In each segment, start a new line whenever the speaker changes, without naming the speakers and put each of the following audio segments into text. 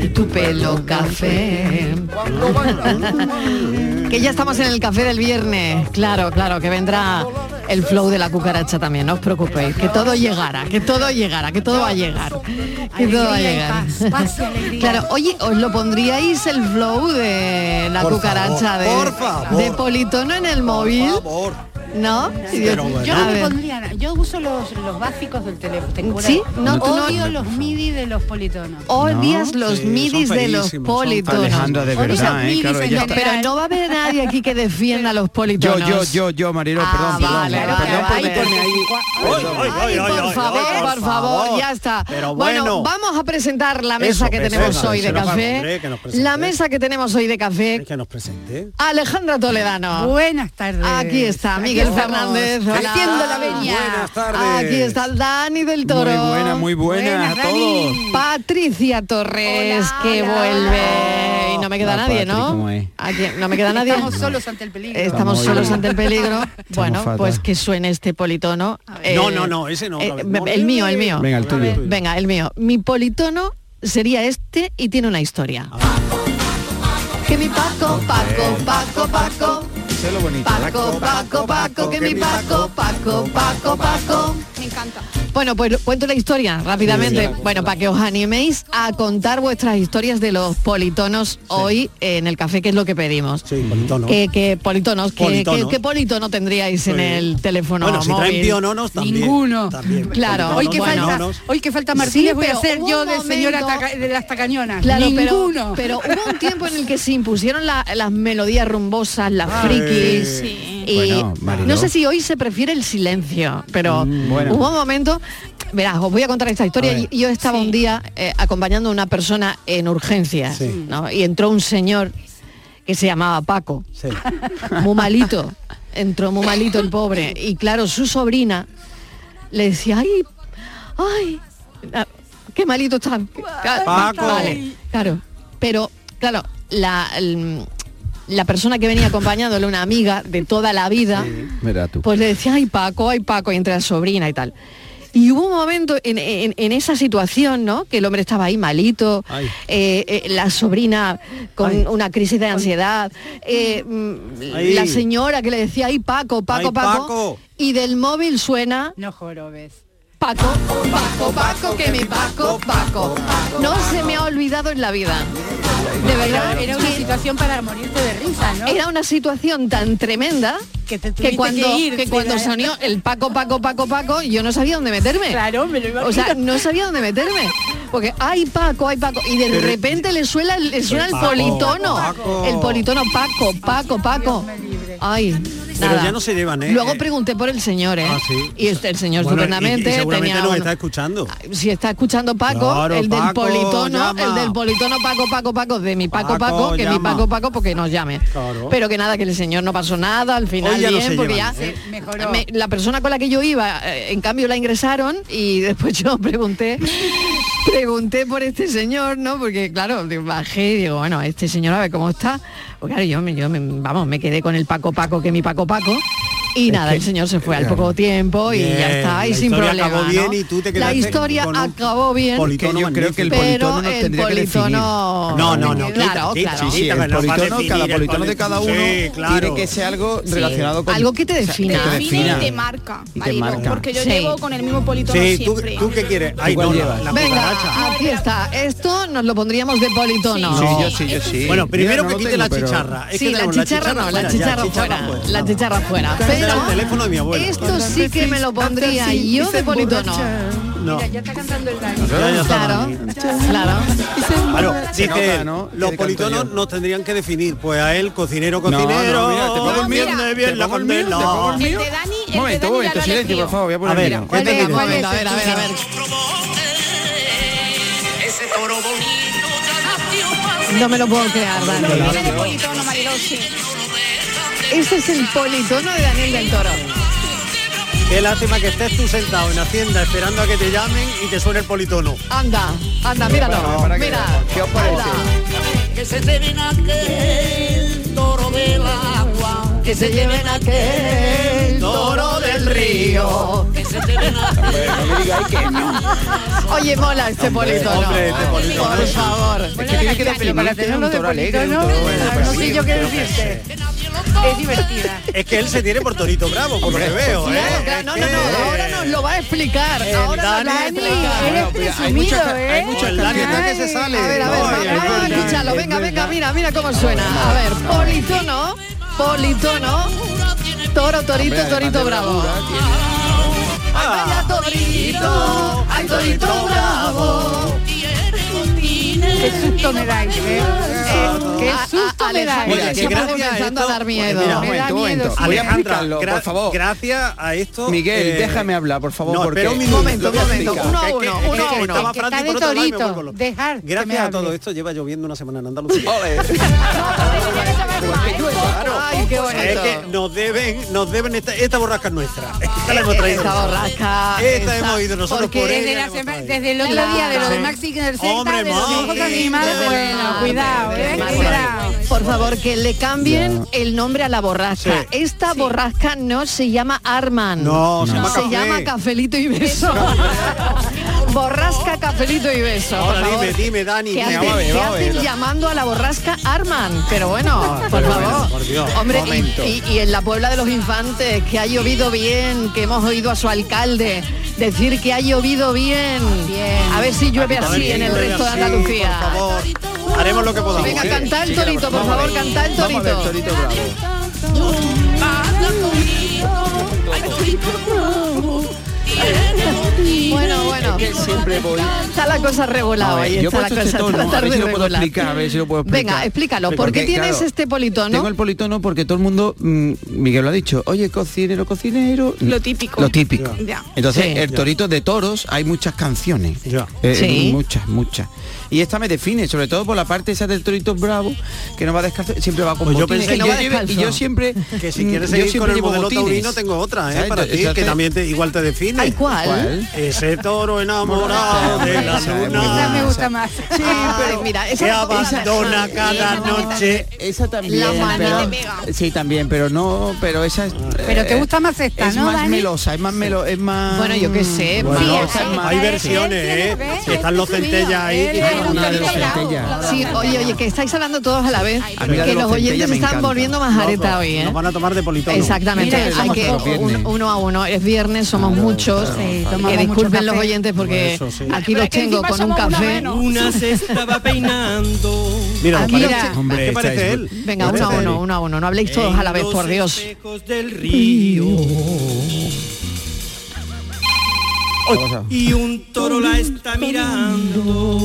Y tu pelo café. que ya estamos en el café del viernes. Claro, claro, que vendrá el flow de la cucaracha también, no os preocupéis. Que todo llegara, que todo llegara, que todo va a llegar. Que todo va a llegar. Claro, oye, ¿os lo pondríais el flow de la
Por
cucaracha
favor,
de,
por favor.
de Politono en el móvil? ¿No?
Pero bueno.
Yo
A
no me
ver.
pondría nada. yo uso los, los básicos del teléfono. te juro.
¿Sí? No, tú no-
odio los MIDI de los politonos.
Odias los
sí,
midis
son
de los
feísimos, son
politonos.
Alejandra, de
Odio los
verdad, ¿eh?
midis
Claro,
en
ella
general. Pero no va a haber nadie aquí que defienda a los
Yo,
politonos.
yo, yo, yo, Marilo, perdón, perdón,
Ah, vale,
perdón,
vale,
perdón
vale.
por meterme ahí. Perdón.
Ay, por favor, por favor, ya está.
Pero
bueno,
bueno.
vamos a presentar la mesa
Eso,
que
eso,
tenemos
venga,
hoy de
se nos va,
café.
hombre, que nos presente.
La mesa que tenemos hoy de café.
Que nos presente.
Alejandra Toledano.
Buenas tardes.
Aquí está
Aquí
Miguel
estamos,
Fernández. hola.
haciendo la veña.
Buenas tardes.
Aquí está el Dani del Toro.
Muy buena, muy buena
Buenas,
a todos.
Dani. Patricia Torres, que vuelve. Y no me queda
La
nadie,
Patri,
¿no?
¿cómo es?
Aquí, no me queda nadie.
Estamos solos ante el peligro.
Estamos
Estamos
solos
bien.
ante el peligro. bueno,
fatal.
pues que suene este politono. Eh,
No, no, no, ese no,
eh,
otra vez.
me-
No.
el mío, el mío.
Venga, el tuyo.
Venga, el mío. Mi politono sería este y tiene una historia. Que mi Paco, Paco, Paco, Paco.
Eso es lo bonito.
Paco, Paco, Paco, que mi Paco, Paco, Paco, Paco.
Me encanta.
Bueno, pues lo- cuento la historia rápidamente. bueno, para que os animéis a contar vuestras historias de los politonos hoy en el café, que es lo que pedimos.
Sí, politono.
Que, que politonos, que,
Politonos.
que- que politono tendríais en
Sí.
el teléfono
Bueno, si
móvil.
traen piononos también.
Ninguno.
También.
Claro,
Hoy que
bueno.
falta, hoy que falta Martínez
Sí,
voy a
pero
ser
hubo
yo
un
de señora
momento-
taca- de las tacañonas.
Claro, pero,
Ninguno.
pero hubo un tiempo en el que se impusieron la- las melodías rumbosas, las frikis. Y
Bueno, Mariló.
no sé si hoy se prefiere el silencio, pero
Mm, bueno.
hubo un momento. Verás, os voy a contar esta historia.
A ver.
Y- Yo estaba un día eh, acompañando a una persona en urgencias
Sí.
¿no? y entró un señor que se llamaba Paco
Sí.
muy malito. Entró muy malito el pobre. Y claro, su sobrina le decía, ay, ay, ah, qué malito está. Ca-
Paco.
Vale, claro. Pero, claro, la, el- la persona que venía acompañándole, una amiga de toda la vida,
Verá tú.
pues le decía, ay Paco, ay Paco, y entre la sobrina y tal. Y hubo un momento en, en- en esa situación, ¿no? Que el hombre estaba ahí malito,
Ay.
eh, eh, la sobrina con
Ay.
una crisis de ansiedad, eh, mm,
Ay.
la señora que le decía, ay Paco, Paco,
Ay,
Paco,
Paco.
y del móvil suena
No jorobes.
Paco, Paco, Paco, que mi Paco, Paco. No se me ha olvidado en la vida. De verdad,
Era una situación para morirte de risa, ¿no?
era una situación tan tremenda
Que te tuviste
que cuando,
que ir,
que
sí,
cuando
la-
sonó el Paco, Paco, Paco, Paco, yo no sabía dónde meterme.
Claro, me lo imagino.
O sea, no sabía dónde meterme. Porque, ay, Paco, ay, Paco. Y de repente le suena, el- le suena el
Paco,
politono.
Paco.
El politono Paco, Paco, Paco.
Dios me libre.
Ay,
Pero
nada.
ya no se llevan, ¿eh?
Luego
Eh,
pregunté por el señor, ¿eh?
Ah, sí.
Y este, el señor
Bueno, y- y
estupendamente
seguramente
tenía...
nos
un-
está escuchando.
Si está escuchando Paco,
Claro,
el del
Paco,
politono,
llama.
el del politono Paco, Paco, Paco, de mi Paco, Paco,
Paco,
que mi
llama.
Paco, Paco, porque nos llame.
Claro.
Pero que nada, que el señor no pasó nada, al final
Hoy ya no
bien,
se
porque
llevan,
ya
¿eh?
Sí, mejoró.
me- la persona con la que yo iba, eh, en cambio la ingresaron y después yo pregunté, pregunté por este señor, ¿no? Porque claro, digo, bajé y digo, bueno, este señor a ver cómo está. Pues claro, yo, me- yo me- vamos, me quedé con el Paco Paco que mi Paco Paco. Y nada, el señor se fue al poco tiempo y
Bien,
ya está, y
la
sin
historia
problema.
acabó
¿no?
bien y tú te
la
quedaste
historia
con un
acabó bien.
politono
yo creo que el
magnífico.
pero
politono nos
el
tendría que
politono
No, no, no,
claro,
quita,
claro.
quita, quita.
Sí, el
Bueno, para
politono,
definir
cada
el
politono de cada uno
politono. Sí, claro.
tiene que ser algo relacionado con...
Algo que te defina.
que te
Define
defina.
y te marca,
te
Marilo,
marca.
porque yo
Sí.
llevo con el mismo politono
Sí, ¿tú,
siempre.
¿tú qué quieres? Ay,
¿Cuál
no, la-
llevas?
la cucaracha.
Venga, aquí está. Esto nos lo pondríamos de politono.
Sí,
No.
yo sí, yo sí.
Bueno, primero
Mira, no
que
lo
quite
tengo,
la
pero-
chicharra. Es
sí,
que
la
tenemos
chicharra no, la chicharra
ya,
fuera,
fuera.
la chicharra fuera.
Era el
Pero
teléfono de mi abuelo.
esto sí que me lo pondría yo de politono.
No.
Ya está cantando el Dani.
Ya, ya está,
Claro,
Dani.
claro.
Claro,
Se nota,
dice, él,
¿no?
los
Que canto
politonos
yo.
nos tendrían que definir, pues a él, cocinero,
No, no,
cocinero,
mira, te pongo
el mío,
entiende
te
bien la
pongo el mío, te
condena.
pongo el
El
mío.
de Dani, el de
Un momento, un
Dani ya
momento,
lo
silencio, por favor, voy a
A
poner
ver,
el mío.
¿qué
Venga,
tenemos?
a ver, a ver, a ver, a ver.
Ese toro bonito
No me lo puedo creer, Dani.
de politono, Mariló, sí.
Este es el politono de Daniel del Toro.
Qué lástima que estés tú sentado en Hacienda esperando a que te llamen y te suene el politono.
Anda, Ah, anda, míralo. Mira,
Que se lleven aquel toro del agua, que se lleven aquel toro del río, que se lleven
Oye, mola este politono. Por favor.
Es que tiene que para tenerlo de politono, no sé yo qué decirte. Es divertida.
Es que él se tiene por torito bravo, por lo que veo, ¿eh?
Claro, claro, no, no, no, ahora nos lo va a explicar.
El
Ahora nos lo va a
Dani,
explicar.
Hay mucha,
¿eh?
hay mucha
El Dani está que se sale.
A ver, a ver,
No,
va-
es
vamos a
verdad,
escucharlo.
es
Venga,
verdad.
venga, mira, mira cómo suena. A ver, politono, politono, toro, torito, torito bravo.
Ah,
Torito, ay, torito bravo.
Qué susto me dais, ¿eh? Qué susto
Eh,
me dais.
Oye,
que
que
gracias
comenzando
a
a
esto-
dar
Mira,
miedo.
un
Me da
momento, un
miedo,
momento.
sí.
Voy a
Alejandra,
explicarlo,
gra-
por favor.
Gracias a esto.
Miguel,
eh,
déjame hablar, por favor.
no,
porque-
espera un minuto.
Momento,
Lo voy a
momento,
explicar.
uno a
Es que-
uno,
es que
uno a uno.
Estaba
Que
Francis
está
por
de
otro lado y me
torito,
vuelvo loco.
dejar que me
Gracias a
hable.
todo esto lleva lloviendo una semana en Andalucía.
Ay, qué
es que
bonito.
nos deben, nos deben esta, esta borrasca es nuestra. Esta la hemos traído.
Esta borrasca.
Esta hemos ido nosotros
porque
por ella.
Desde, la
que hemos
sema-
traído.
desde el otro día de lo de Maxi Cerceta,
Hombre,
de los
Maxi,
ojos animales,
de
bueno,
verdad.
cuidado,
Qué
eh,
maravilla.
cuidado.
Por favor, que le cambien el nombre a la borrasca.
Sí.
Esta borrasca no se llama Arman.
No, se llama
se
Café.
llama Cafelito y Beso. borrasca, Cafelito y Beso. por
Ahora
favor.
dime, dime, Dani.
¿Qué
venga,
hacen,
vamos a ver,
qué
vamos a ver.
hacen llamando a la borrasca Arman? Pero bueno, por favor.
por Dios,
Hombre, y,
momento.
y- y en la Puebla de los Infantes, que ha llovido bien, que hemos oído a su alcalde decir que ha llovido bien. A ver si llueve
A ver,
así
que
en el
llueve
resto de
así,
Andalucía.
Por favor, haremos lo que podamos.
Venga,
¿eh?
canta el torito, por
Vamos a
favor,
ver.
canta el
Vamos a ver,
torito.
Torito Bravo.
Bueno, bueno,
Que siempre voy.
está la cosa regulada
A ver,
hoy,
yo he
está la
puesto este
cosa
tono,
esta
a ver
tarde
si lo puedo
regular.
explicar, a ver si lo puedo explicar.
Venga, explícalo,
Sí,
¿por qué
porque,
tienes
claro,
este politono?
Tengo el politono porque todo el mundo, mm, Miguel lo ha dicho, oye, cocinero, cocinero.
Lo típico.
Lo típico.
Ya.
Entonces,
Sí.
el torito de toros, hay muchas canciones.
Ya.
Eh,
Sí.
Muchas, muchas. Y esta me define, sobre todo por la parte esa del torito bravo, que no va descalzo, siempre va con
Pues yo
botines.
pensé
y,
que
yo
no va
lleve- y
descalzo.
yo siempre...
Que si
mm,
quieres
yo
seguir
siempre
con el
llevo
modelo
botines.
taurino tengo otra, ¿eh?
¿Sabes?
Para ti,
Entonces,
que también te, igual te define.
¿Ay, cuál?
¿Cuál?
Ese toro enamorado
Bueno,
de la
esa es
Esa me
buena.
luna.
gusta más.
Sí, pero
Ay, mira, esa-
que
esa-
abandona
esa-
cada noche.
Esa también.
La maná.
pero, sí, también, pero no, pero esa
Ah.
es. eh,
Pero te gusta más esta,
es
¿no,
más
Dani?
melosa, es más melo, es más.
Bueno, yo qué sé,
Bueno,
sí,
esa es más-
Hay
Él
versiones,
tiene
¿eh?
que ver,
Que están los
él tiene que
centellas ahí.
ver,
que
él
están
es
una de los
un
centellas.
centella.
Sí, oye, oye, que estáis hablando todos a la vez,
A mí la
que
de los
los oyentes
centella me
están
encanta.
volviendo más areta hoy, ¿eh?
pues, Nos van a tomar de politono.
Exactamente,
Mira,
hay
somos
que
todos viernes.
un- uno a uno. Es viernes, somos muchos.
Sí,
Que
tomamos mucho
disculpen
café.
los oyentes porque
Por eso, sí.
aquí los tengo con un café.
Una se estaba peinando.
Mira,
Ah,
parece-
mira.
Hombre,
¿qué
estáis-
parece él?
Venga, uno
Parece
a
él.
uno, uno a uno. No habléis todos a la vez, por Dios.
Ecos del río. Y un toro la está mirando.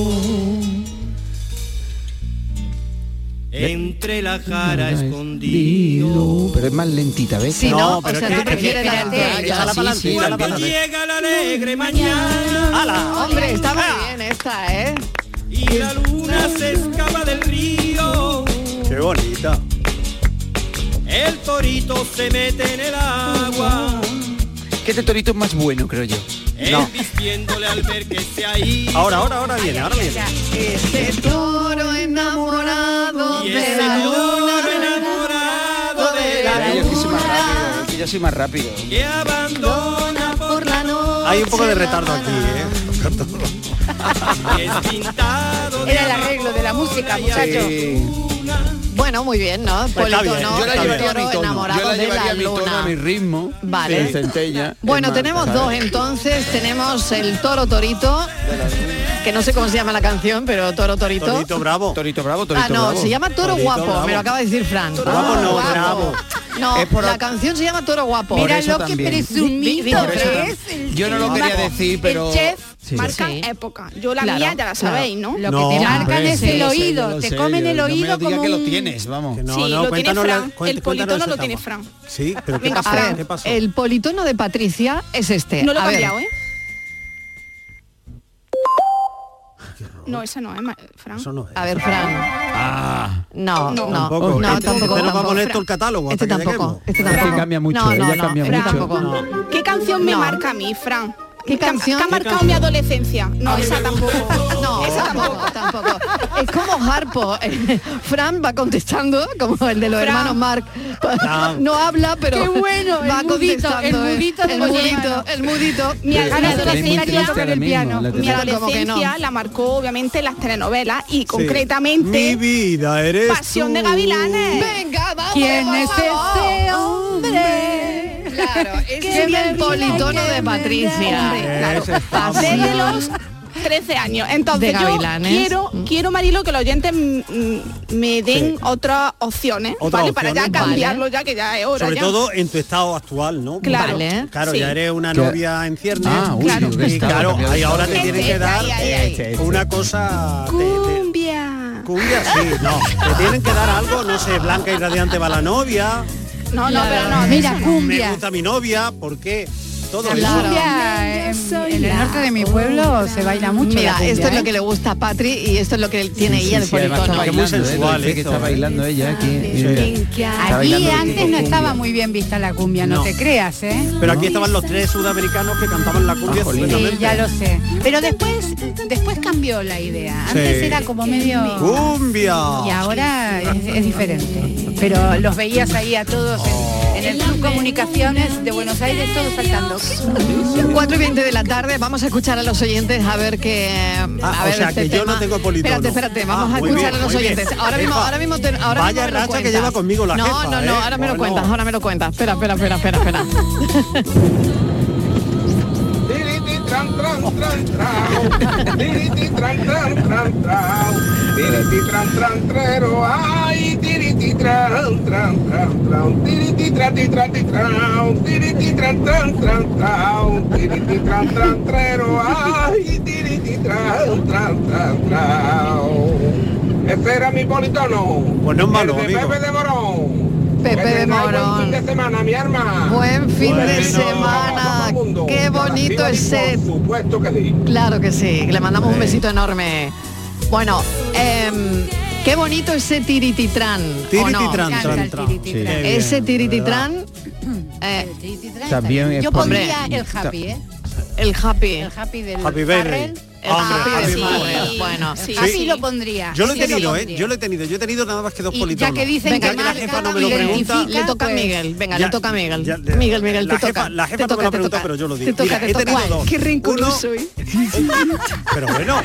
Entre la jara escondido.
Pero es más lentita, ¿ves?
Sí, ¿no?
No,
O
pero
sea,
es
tú
que-
prefieres la
espérate,
anterior.
échala
Sí,
pa'lante,
sí.
échala
Cuando
pa'lante.
llega la alegre mañana
¡Hala!
Ah, Hombre, está
Ah.
muy bien esta, ¿eh?
y la luna se escapa del río,
¡Qué bonita!
el torito se mete en el agua,
Que este torito es más bueno, creo yo.
él vistiéndole al ver que se ha ido.
Ahora, ahora, ahora viene, ahora viene.
Ese toro enamorado
Y
de
ese
la
toro
luna.
enamorado de la
yo es que soy más
luna
rápido, es que yo soy más rápido.
que abandona por la
Hay un poco de retardo aquí, ¿eh?
que es pintado de
Era el
abajo
arreglo de la música, muchachos.
Bueno, muy bien, ¿no?
está bien,
Politono,
yo la
el
llevaría
toro enamorado de la luna.
mi ritmo.
Vale.
de centella.
Bueno,
Es más,
tenemos
¿sabes?
dos entonces. Tenemos el toro torito, que no sé cómo se llama la canción, pero toro torito.
Torito bravo.
Torito bravo, torito
ah, no,
bravo.
se llama toro
Torito
guapo,
Bravo.
me lo acaba de decir Fran. Toro
Guapo no, bravo.
No,
Es por
la
la-
canción se llama toro guapo.
Por
Mira
eso
lo que
también.
presumido
Por eso
que
también.
es. el-
Yo no lo quería
Vamos,
decir, pero
El chef
Sí.
marca
Sí.
época. Yo la
Claro,
mía ya la sabéis,
claro.
¿no?
Lo
No,
que te
hombre,
marcan
sí,
es el
lo
oído.
oído, te comen el oído
no me digas
como
que lo
un-
tienes, vamos.
Que no,
Sí,
no,
lo tiene
cuéntanos la-
Fran.
cuént-
El politono
cuéntanos
lo
esa
tiene
etapa.
Fran.
Sí, pero ¿qué
Venga,
pasó?
Fran.
¿Qué pasó?
El politono de
¿eh?
Patricia es este.
No lo he
A ver,
cambiado, ¿eh? No, esa no es, Ma- Fran.
Eso no es.
A ver, Fran.
Ah.
No, no, no,
Tampoco.
no,
Este- este
tampoco,
nos va a
tampoco,
poner
Fran.
todo el catálogo hasta
Este
que
tampoco,
lleguemos.
este
Fran.
tampoco.
Que cambia mucho,
no,
ella
no,
cambia
este
mucho.
tampoco.
¿Qué canción me
No.
marca a mí, Fran?
¿Qué
Que ha-
canción?
Que ha marcado mi adolescencia. No, esa tampoco.
No,
esa tampoco.
tampoco, tampoco. Es como Harpo. Fran va contestando, como el de los
Fran.
hermanos Mark. No habla, pero
Qué bueno, el
va
mudito,
contestando.
el
¿eh?
mudito de
el
los
mudito,
hermanos.
el mudito.
Mi
Ahora se la señora
Eres muy
que
triste
toca
ahora
el
mismo,
piano.
la
Mi
tenemos.
Claro, como que no.
adolescencia la marcó obviamente las telenovelas y
Sí. Mi
concretamente
vida eres
Pasión
tú.
de Gavilanes.
Venga, vamos.
¿Quién
por
es
favor.
ese hombre?
Claro,
Que
ese es
me
el politono
diga que
de
me
Patricia.
Hombre, claro.
Ese está
Pasión.
Desde los 13 años. Entonces
De
yo
gavilanes.
quiero,
Mm.
quiero, Marilo, que los oyentes mm, mm, me den
Sí.
otras opciones,
Otras
¿vale? Para ya
opciones,
vale.
cambiarlo, ya que ya es hora.
Sobre
ya.
todo en tu estado actual, ¿no?
Claro.
Vale.
Claro,
Sí.
ya eres una
Claro.
novia en ciernes.
Ah, uy,
claro.
Claro. que
Y
está
claro,
cambiado.
ahí ahora te tienen que
Este,
dar
ahí, ahí,
eh,
ahí.
una cosa. te- te-
Cumbia.
Cumbia, sí, no. Te tienen que dar algo, no sé, blanca y radiante va la novia.
No, no, pero no.
Ah, Mira,
Me
cumbia.
gusta mi novia, ¿por qué? Todo
Claro.
eso.
Cumbia, en, en el norte de mi pueblo se baila mucho. la
Mira,
cumbia,
esto es lo
¿eh?
que le gusta a Patri y esto es lo que tiene ella de
Sí, además
politono.
está
Que muy
bailando, ¿eh?
sensual
Dice que
esto,
está
¿eh?
bailando ella aquí. Está
Aquí
bailando el
antes
tipo
no estaba
cumbia.
muy bien vista la cumbia, no,
No.
te creas, ¿eh?
Pero aquí estaban los tres sudamericanos que cantaban la cumbia
Ah, jolín.
Sí,
estupendamente.
ya lo sé. Pero después, después cambió la idea. Antes
Sí. Oh,
era como medio.
¡Cumbia!
Uh, Y ahora es, es diferente. Pero los veías ahí a todos en, en el Club Comunicaciones de Buenos Aires, todos saltando.
4 y 20 de la tarde, vamos a escuchar a los oyentes a ver que...
Ah,
a
o
ver este
sea, que yo no tengo politono.
Espérate, espérate, vamos
Ah,
a
muy
escuchar
bien,
a los
muy bien.
oyentes. Ahora mismo,
Jefa,
ahora mismo, te- ahora
vaya
mismo me lo
racha que
cuentas.
lleva conmigo la
No,
jefa,
no, no,
¿eh?
ahora me lo
Bueno.
cuentas, ahora me lo cuentas. Espera, espera, espera, espera, espera.
Espera mi politono.
Pues no es malo,
El de
amigo.
Pepe de Morón.
Pepe
Que
de
tengáis buen
Morón.
fin de semana, mi hermana.
Buen fin de
Bueno.
semana. Qué bonito ese...
Por supuesto que sí.
Claro que sí, le mandamos un besito enorme. Bueno, em, qué bonito ese tirititrán. ¿o no?
Tirititran,
Canta
tran,
el
tran.
tirititran.
Sí.
Ese
¿verdad?
tirititrán, eh,
También es
Yo
hombre.
pondría el happy, ¿eh?
el happy.
El happy del Ah, Farrell.
Happy Berry.
El
Hombre,
happy de
Happy
sí.
Berry.
Farrell. Bueno,
sí.
Happy
Sí.
lo pondría.
Yo lo he
Sí,
tenido, ¿eh?
pondría.
Yo lo he tenido. Yo he tenido nada más que dos
Y
politonos.
ya que dicen
Ya
Venga,
que
que la
marca,
jefa no me lo
identifica,
pregunta.
le toca a
pues.
Miguel. Venga,
Ya,
le toca a Miguel.
ya, ya.
Miguel, Miguel,
la
te
jefa,
toca.
Ah, La jefa
te
no
toca,
me lo
te
preguntó,
toca.
pero yo lo digo.
Te toca,
Mira,
te
he
toca.
tenido Este dos.
Qué rinculo
Uno-
soy.
Pero bueno,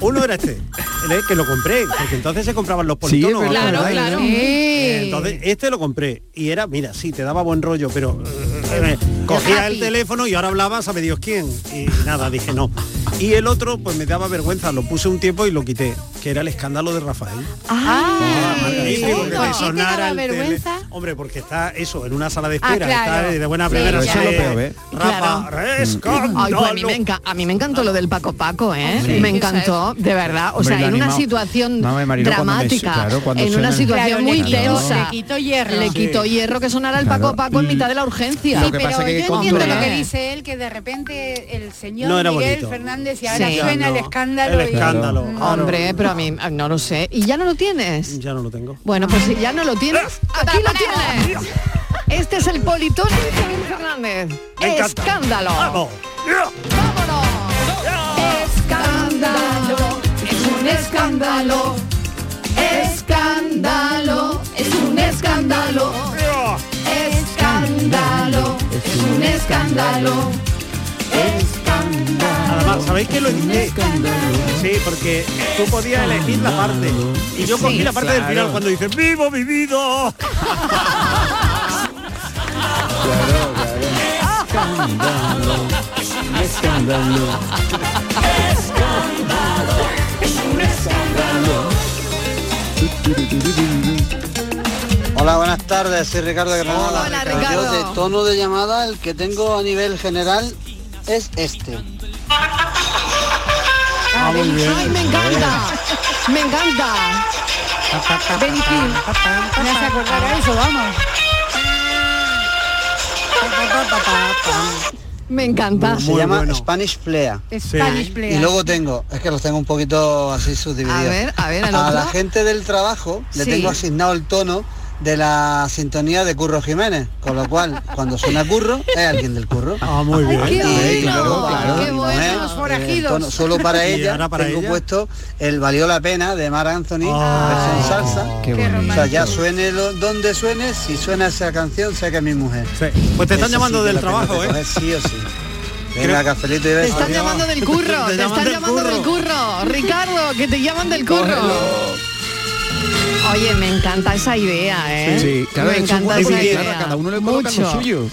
uno era este, el que lo compré, porque entonces se compraban los
Sí,
politonos.
es verdad,
¿os acordáis?
claro.
Sí.
Entonces, este lo compré y era, mira, sí, te daba buen rollo, pero eh, cogía el
happy.
teléfono y ahora hablaba, sabe Dios quién. Y nada, dije no. Y el otro, pues me daba vergüenza, lo puse un tiempo y lo quité, que era el escándalo de Rafael. Ah,
Ay,
magnífico, que
¿por qué
me
te
sonara
daba
el tele-
vergüenza?
Hombre, porque está eso, en una sala de espera,
Ah, claro.
está de buena
Sí,
primera.
ya.
sala
Eso es lo
de-
peor, ¿eh?
Rafa, escándalo.
Ay, pues a, mí me enca- a mí me encantó lo del Paco Paco, ¿eh? me encantó, de verdad. O
Hombre,
sea,
lo
en una
animado.
situación
Vamos a ver, Mariló, cuando me-
dramática,
claro, cuando
en
suena
una
el-
situación
Claro,
muy
le quitó-
tensa,
le quitó hierro.
Le
Sí.
quitó hierro que sonara el Paco
Claro.
Paco en
Mm.
mitad de la urgencia.
Lo que
pero
pasa que
yo
controla-
entiendo lo que dice él, que de repente el señor
No era
Miguel
bonito.
Fernández y ahora
Sí.
Ya
suena
no,
el escándalo.
El
y-
escándalo. claro.
Hombre, pero a mí ah, no lo sé. ¿Y ya no lo tienes?
Ya no lo tengo.
Bueno, pues si ya no lo
Ah,
tienes, aquí lo tienes. Este es el politono de Miguel Fernández.
Me encanta.
Escándalo.
¡Vamos!
¡Vámonos! Escándalo, es un escándalo. Escándalo, es un escándalo. Escándalo, es un escándalo.
Además, ¿sabéis que lo edité? Sí, porque tú podías elegir la parte. Y yo cogí la parte del final cuando dice ¡Vivo mi vida!
Claro, claro. Escándalo. Escándalo.
Hola, buenas tardes, soy Ricardo de Granada.
Hola, Ricardo.
Yo de tono de llamada, el que tengo a nivel general es este.
Ah,
Ay, me encanta. Me encanta.
Benitín, me hace acordar a eso, vamos.
Me encanta.
Se llama Spanish Plea.
Spanish Sí. Plea.
Y luego tengo, es que los tengo un poquito así subdivididos.
A ver, a ver, al otro.
la gente del trabajo le
Sí.
tengo asignado el tono de la sintonía de Curro Jiménez, con lo cual cuando suena Curro es alguien del Curro. Ah,
muy bien.
qué
bueno, qué bueno,
los
forajidos.
Eh, solo para
¿Y
ella
ahora para
tengo
ella?
puesto el Valió la pena de Mar Anthony,
Ah,
versión salsa.
Qué bonito.
o sea, ya suene lo- donde suene, si suena esa canción, sé que es mi mujer.
Pues te están
Esa
llamando
sí que
del
la tengo que
trabajo, ¿eh?
coger Sí o sí. Venga, cafelito y
Te
besos.
están llamando del curro, te, están llamando del curro. Ricardo, que te llaman del curro. Oye, me encanta esa idea, ¿eh?
Sí, claro,
me
es un
encanta
juego
esa
de
idea.
guitarra, cada uno le coloca
Mucho.
lo suyo.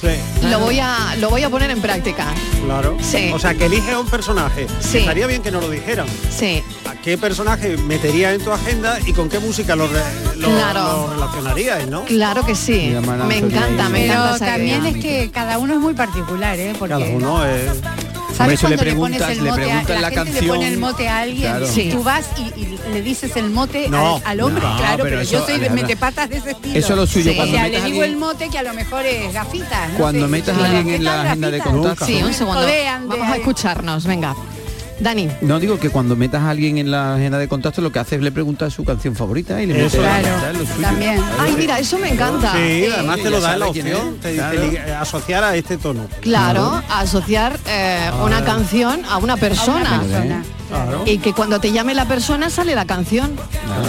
Lo voy a lo voy a poner en práctica.
Claro.
Sí.
O sea, que elige a un personaje. Estaría bien que nos lo dijeran.
Sí.
¿A qué personaje metería en tu agenda y con qué música lo, re- lo-
Claro.
lo relacionarías, no?
Claro que sí. Me encanta, me encanta
Pero
esa
también
idea.
es que cada uno es muy particular, ¿eh? Porque
Cada uno es...
¿Sabes
Hombre, eso
cuando
le
le pones
preguntas,
el
le
mote a-
preguntas la
la, gente le
canción.
pone el mote a alguien,
Claro. Sí.
tú vas y, y le dices el mote
No,
al, al hombre,
no,
claro, pero,
pero
yo
eso,
soy de
Alejandra,
metepatas de ese estilo.
eso es lo suyo,
Sí.
cuando
O sea,
metas
le
a
digo el
alguien-
mote que a lo mejor es gafitas. ¿no?
Cuando
Sí,
metas
sí,
a alguien en
gafitas,
la agenda de
gafitas.
contacto.
Sí, un segundo.
Jodean de
Vamos a
ahí.
escucharnos, venga. Dani.
No digo que cuando metas a alguien en la agenda de contacto lo que haces es le preguntas su canción favorita y le metes
Eso,
la-
claro.
lo suyo.
También. Ay, mira, eso me encanta. Eh,
Sí, además te lo
Ya
da la
sabe quién
opción,
es,
te,
claro.
te li- asociar a este tono.
Claro, asociar eh,
Ah,
una canción a una persona. Y que cuando te llame la persona sale la canción.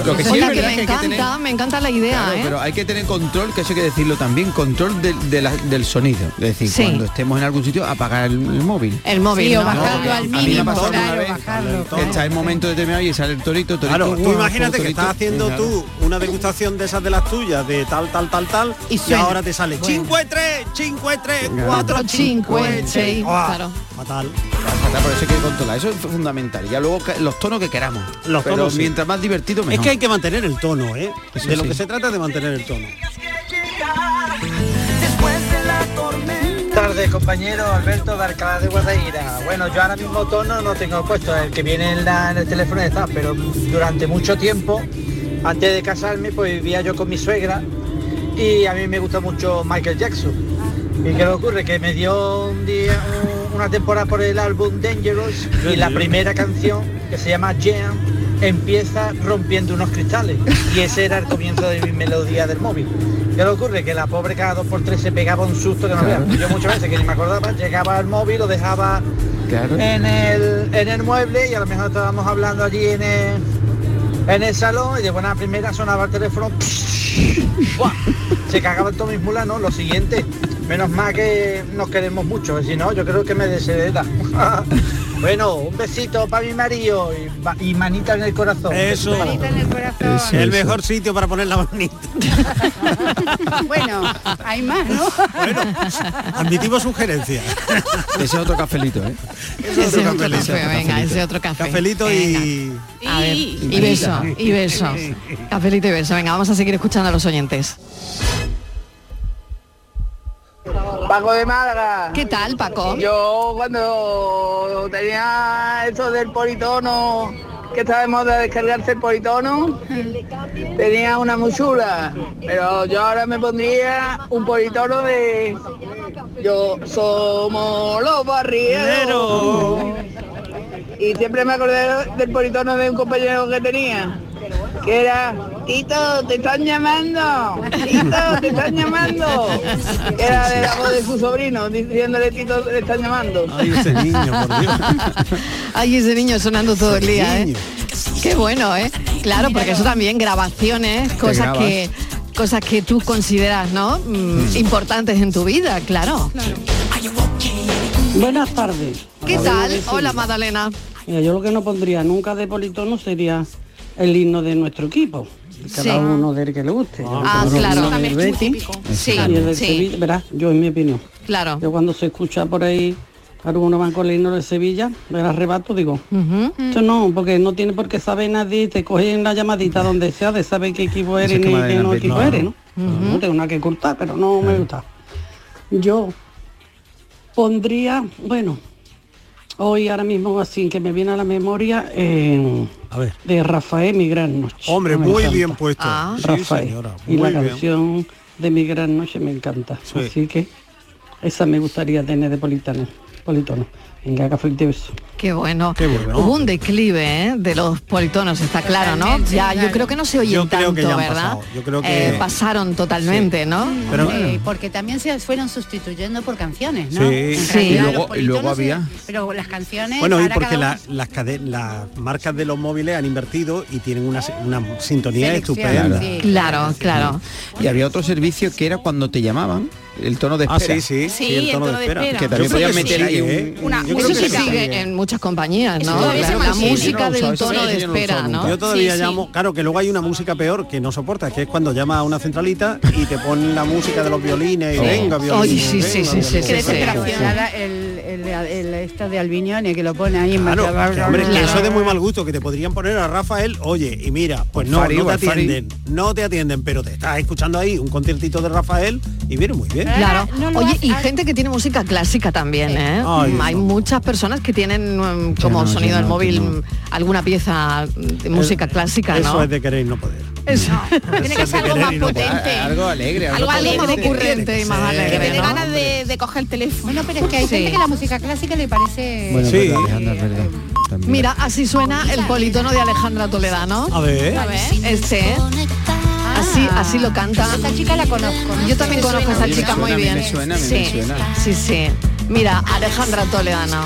Lo que sí
Oye,
es
que
verdad
me
que hay que
encanta,
tener-
me encanta la idea,
Claro,
¿eh?
pero hay que tener control, que eso hay que decirlo también, control del- de la- del sonido. Es decir,
Sí.
cuando estemos en algún sitio, apagar el, el móvil.
El móvil,
Sí, o
¿no?
bajarlo al A mí me mínimo, pasó alguna claro, vez
bajarlo.
Que está el momento determinado y sale el torito, torito.
Claro, tú
guau,
imagínate que
torito.
estás haciendo
Claro.
tú una degustación de esas de las tuyas, de tal, tal, tal, tal, y,
suena.
ahora te sale
Bueno.
5 3, 5 3,
Claro.
4, 5,
Cinco, seis, claro.
eh, Fatal.
Fatal, Por eso hay que controlar, eso es fundamental. Ya luego ca- los tonos que queramos.
Los
pero
tonos, sí.
mientras más divertido, mejor.
Es que hay que mantener el tono, ¿eh?
Eso
de lo
sí.
que se trata es de mantener el tono.
tardes compañero Alberto de Alcalá de Guadaira. Bueno, yo ahora mismo tono no tengo puesto, el que viene en, la- en el teléfono está, pero durante mucho tiempo, antes de casarme, pues vivía yo con mi suegra y a mí me gusta mucho Michael Jackson. ¿Y qué le ocurre? Que me dio un día, un- una temporada por el álbum Dangerous y la primera canción, que se llama Jam, empieza rompiendo unos cristales. Y ese era el comienzo de mi melodía del móvil. ¿Qué le ocurre? Que la pobre cada dos por tres se pegaba un susto que no veas. Yo muchas veces que ni me acordaba, llegaba al móvil, lo dejaba
Claro.
Eh.
en el, en el mueble y a lo mejor estábamos hablando allí en el, en el salón y de buena primera sonaba el teléfono. ¡buah! Se cagaban todos mis mulanos, lo siguiente. Menos mal que nos queremos mucho, si no, yo creo que me deshereda. bueno, un besito para mi marido y, ma- y manita en el corazón.
Eso.
Manita
en el corazón.
el mejor sitio para poner la manita.
bueno, hay más, ¿no?
Admitimos sugerencias.
Ese es otro cafelito, ¿eh?
Ese
Ese es otro café, venga, ese otro café.
Cafelito y...
A ver, y
Y-
beso, y beso. Cafelito y beso. Venga, vamos a seguir escuchando a los oyentes.
Paco de Málaga.
¿Qué tal, Paco?
Yo cuando tenía eso del politono, que estaba de moda descargarse el politono, tenía una muy chula, pero yo ahora me pondría un politono de yo somos los barrieros. Y siempre me acordé del politono de un compañero que tenía, que era Tito, te están llamando, Tito, te están llamando. Era de la voz de su sobrino, diciéndole Tito, te están llamando.
Ah,
Ay, ese niño sonando todo el día, ¿eh? Qué bueno, ¿eh? Claro, porque eso también, grabaciones, cosas
grabas.
que cosas que tú consideras, ¿no? Mm, Importantes en tu vida, claro.
Buenas tardes.
¿Qué
Magdalena
tal?
de Sevilla.
Hola, Madalena.
Mira, yo lo que no pondría nunca de politono sería el himno de nuestro equipo. Cada
Sí.
uno del que le guste. Yo
Ah,
pongo el
claro.
himno
También
del
es muy
Betis
típico. Sí,
y el del
sí.
Sevilla. Verás, yo en mi opinión.
Claro.
Yo cuando se escucha por ahí alguno van con el himno de Sevilla, me la arrebato, digo, esto no, porque no tiene por qué saber nadie, te cogen la llamadita donde sea de saber qué equipo eres
es que
ni
Madrid
qué no
Betis,
equipo
no.
eres, ¿no? No tengo nada que ocultar, pero no me gusta. Yo pondría, bueno, hoy ahora mismo así que me viene a la memoria eh,
A ver.
de Rafael Mi Gran Noche.
Hombre,
Me
muy
encanta.
bien puesto. Ah. Sí,
Rafael.
señora,
y
muy
la
bien.
canción de Mi Gran Noche me encanta. Así que esa me gustaría tener de Politano. politonos. Venga, café y beso.
Qué bueno.
Qué bueno.
Hubo un declive ¿eh? de los politonos, está claro, ¿no?
Totalmente,
Ya, yo
claro.
creo que no se oyen
Yo creo
tanto,
que ya han
¿verdad?
pasado, yo creo que-
Eh, pasaron totalmente, ¿no?
Pero-
Sí, Eh, porque también se fueron sustituyendo por canciones, ¿no?
Sí.
En
Sí.
realidad
Y luego-
los
y luego
politonos se-
había-
Pero las canciones...
Bueno, y
ahora
porque
cada
la- las, cade- las marcas de los móviles han invertido y tienen una, se- una sintonía
Selección,
estupenda.
sí.
Claro, claro.
Y había otro servicio que era cuando te llamaban, el tono de
Ah,
espera.
sí, sí,
Sí, sí, el el tono tono de de espera. espera.
Que
Yo
también
creo
podías
que
meter
sí,
ahí
¿eh?
un...
Una-
yo
Eso
creo
sí
que sí.
sigue en muchas compañías,
Eso
¿no?
todavía se
Claro, la
mantiene.
música
Yo no lo
del
usaba, eso
tono
sí,
de
yo no lo usaba
espera,
nunca.
¿no?
Yo todavía
Sí, sí.
llamo, claro, que luego hay una música peor que no soportas, que es cuando llama a una centralita y te ponen la música de los violines y
Sí.
venga,
Ay,
violines.
sí, sí,
venga,
sí, sí,
violines".
sí, sí.
vez cancionada, el, el, el- esta de Albiñone que lo pone ahí en
Claro, que,
Matabá-
hombre, que
Claro.
eso es de muy mal gusto, que te podrían poner a Rafael, oye, y mira, pues no,
Fari,
no te
Fari.
atienden, no te atienden, pero te estás escuchando ahí un conciertito de Rafael y viene muy bien.
Claro. Oye, y gente que tiene música clásica también, ¿eh?
Ay,
Hay muchas personas que tienen mm, como
no,
sonido
ya
del
no,
móvil mm, alguna pieza de música clásica,
Eso
¿no?
es de querer y no poder.
Eso.
Tiene que ser algo
querer
más
y no poder.
potente.
Algo alegre,
Algo alegre,
más
que-
ocurrente y más
que
alegre,
te dé
¿no?
ganas de, de coger el teléfono.
Bueno, pero es que hay gente que la música clásica le parece...
Bueno,
Sí.
es verdad, Alejandra, es verdad. También.
Mira, así suena el politono de Alejandra Toledano.
A ver.
A ver, este. Así, así lo canta.
Esta chica la conozco.
Yo también conozco a
A
esta
mí me
chica
suena,
muy
a mí
bien.
me suena, a mí
sí,
me suena.
sí, sí. Mira, Alejandra Toledano.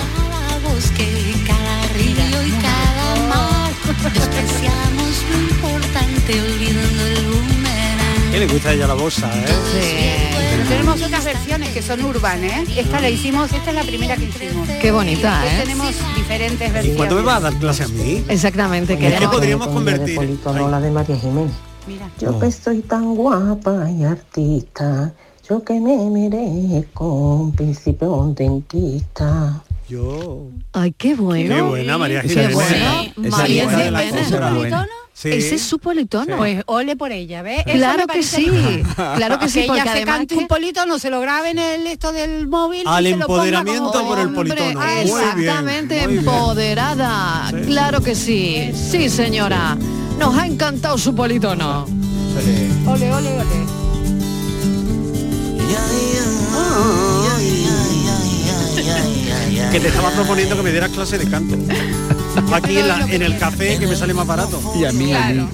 cada río y cada mar despreciamos lo importante olvidando el boomerang
¿Qué le gusta a ella la bolsa, eh?
Pero tenemos otras versiones que son urbanas, ¿eh? Esta la hicimos, esta es la primera que hicimos.
Qué bonita,
Y después
¿eh?
Tenemos diferentes
¿Y cuándo me
versiones.
vas a dar clase a mí?
Exactamente,
¿En qué
queremos.
podríamos convertir?
la de María Jiménez. Yo
Oh.
que soy tan guapa y artista, yo que me merezco un príncipe o un dentista.
Yo.
Ay, qué bueno.
Qué buena, María
Qué
Jiménez.
bueno.
Sí. Esa
María
buena de la
Jiménez.
cosa era buena. Sí.
Ese es su politono.
Pues ole por ella, ¿ves? Eso
Claro
me
que
parece
sí,
bien.
claro que sí,
ella
porque
se
además
cante
que-
un politono, se lo grabe en el esto del móvil. y
Al
se lo ponga
empoderamiento
como-
por el politono. Muy bien,
Ah, Exactamente,
muy bien.
empoderada. Claro que sí. Sí, señora. Nos ha encantado su politono.
Ole, ole, ole.
Que te estaba proponiendo que me dieras clase de canto. Aquí en, la- en el café que me sale más barato.
Y a mí.
Claro.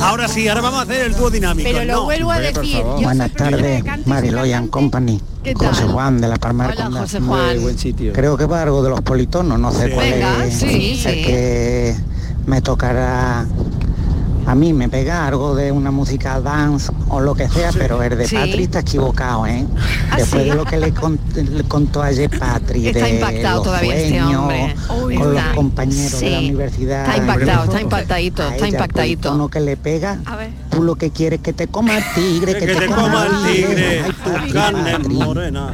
Ahora sí, ahora vamos a hacer el dúo dinámico.
Pero lo
No.
vuelvo a decir. yo
Buenas tardes, Mariloyan Company.
¿Qué tal?
José Juan de la Palma de Conda.
José Muy Juan. buen sitio.
Creo que va algo de los politonos, no sé
Sí.
cuál
Venga,
es
sí,
el
sí.
que me tocará. A mí me pega algo de una música dance o lo que sea, pero el de
Sí.
Patri está equivocado, ¿eh?
¿Ah,
Después
sí?
de lo que le, con- le contó ayer Patri,
Está
de
impactado
los
todavía este
sueños,
hombre. Uy,
con los
está-
compañeros de la
sí.
universidad.
Está
pues,
impactado, está impactadito, está impactadito.
Uno que le pega, tú lo que quieres es que te coma el tigre, que,
Que te coma el tigre, tu carne morena.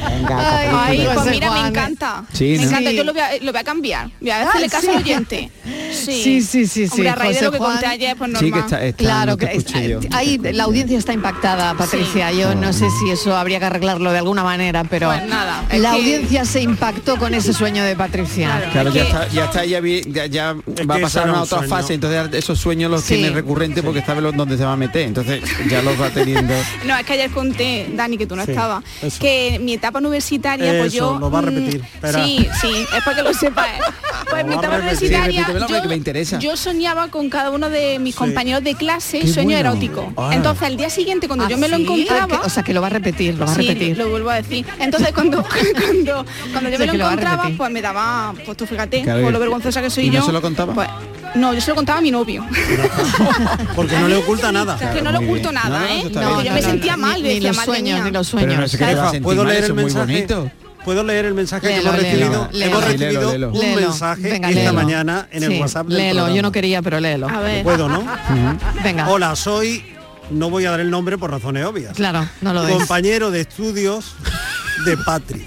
Ay, pues
José
mira, me
Juan.
encanta.
Sí,
me
¿no?
encanta,
Sí.
yo lo voy a, eh, lo voy a cambiar. Voy a
Ah,
hacerle caso
sí.
al oyente. Sí,
Sí, sí, sí, sí.
Hombre, a raíz de
José
lo que
Juan.
conté ayer, pues normal.
Sí, que está- está,
claro
no te
que
escuché yo.
está- ahí la audiencia está impactada, Patricia. Yo no sé si eso habría que arreglarlo de alguna manera, pero
Pues nada, es
la
que-
audiencia se impactó con ese sueño de Patricia.
Claro, ya está, ya está, ya, vi- ya- ya va a
que eso
pasar
era
a
un
otra
sueño.
fase, entonces ahora esos sueños los
Sí.
tiene recurrente porque sabe los- dónde se va a meter, entonces ya los va teniendo.
No, es que ayer conté, Dani, que tú no
Sí,
estabas, que mi etapa universitaria, pues
Eso,
yo...
lo va a
mm,
repetir, espera.
Sí, sí, es para que lo sepas. ¿eh? Pues mi
va a
etapa
repetir. Sí,
universitaria,
repítemelo,
yo,
que me interesa.
yo soñaba con cada uno de mis
Sí.
compañeros de clase
Qué
sueño
bueno.
erótico.
Ah.
Entonces, al día siguiente, cuando
¿Ah,
yo me lo
sí?
encontraba...
Ah, que- O sea, que lo va a repetir, lo va a
Sí,
repetir.
lo vuelvo a decir. Entonces cuando cuando, cuando yo me
O sea, que lo
lo
va a
encontraba,
repetir.
pues me daba, pues tú fíjate,
Claro.
por lo vergonzosa que soy
¿Y
yo.
no se lo contaba?
pues, no, yo se lo contaba a mi novio.
Porque no le oculta
Ah,
nada.
que no le oculto nada, ¿eh? No, yo me sentía mal,
Ni- ni
decía,
los
madre
sueños,
mía.
ni los sueños.
Pero no sé qué te va a sentir
¿Puedo
mal,
leer
eso
el
es muy
mensaje?
bonito.
Puedo leer el mensaje que
Léelo,
hemos recibido.
léelo, léelo.
Hemos
Sí,
léelo,
recibido
léelo.
un
Léelo.
mensaje
Venga,
esta
léelo.
mañana en el
Sí,
WhatsApp del
Léelo, yo
programa.
no quería, pero léelo.
A ver. Puedo, ¿no?
Venga.
Hola, soy. No voy a dar el nombre por razones obvias.
Claro, no lo des.
Compañero de estudios de Patri.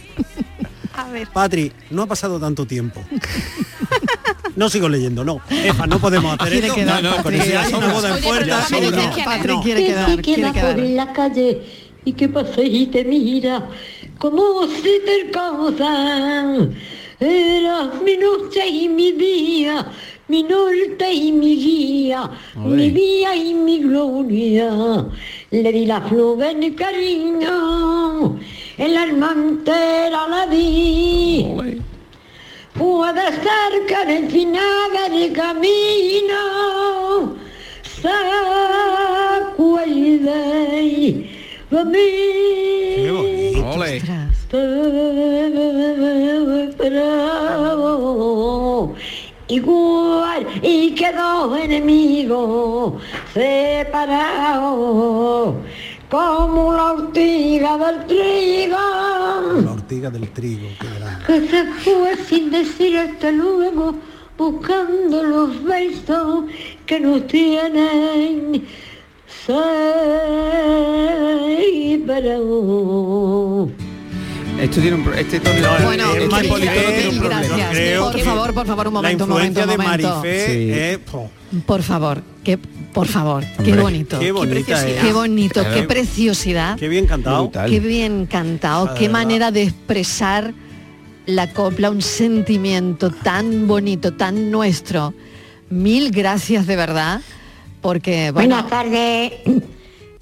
A ver.
Patri, no ha pasado tanto tiempo. No sigo leyendo, no. Efa, no podemos hacer
Quiere
esto.
quedar,
no, no,
Patri.
pero si hay una boda en
Oye,
puerta,
pero
sí,
también
no.
dices Patri quiere quedar, quiere quedar.
la calle y que pasé y te mira como si te causan. Eras mi noche y mi día, mi norte y mi guía, mi día y mi gloria. le di las flores de cariño, en la alma entera la di. Puede estar que en el final del camino sacude de mí. Te esperaba Igual y quedó enemigo separado como la ortiga del trigo
La ortiga del trigo. qué grande.
que se fue sin decir hasta luego, buscando los besos que nos tienen separados.
Esto tiene un pro- este tono-
Bueno,
este
Marifé,
politono tiene un problema.
gracias. por favor, por favor, un momento, un momento, un momento.
eh,
Por favor, que por favor, qué
Hombre,
bonito.
qué bonita
preciosidad.
era.
Qué bonito,
Claro.
qué preciosidad.
Qué bien cantado.
Qué bien cantado,
Ah, de
qué
verdad.
manera de expresar la copla, un sentimiento tan bonito, tan nuestro. Mil gracias de verdad, porque bueno,
Buenas tardes.
Eh,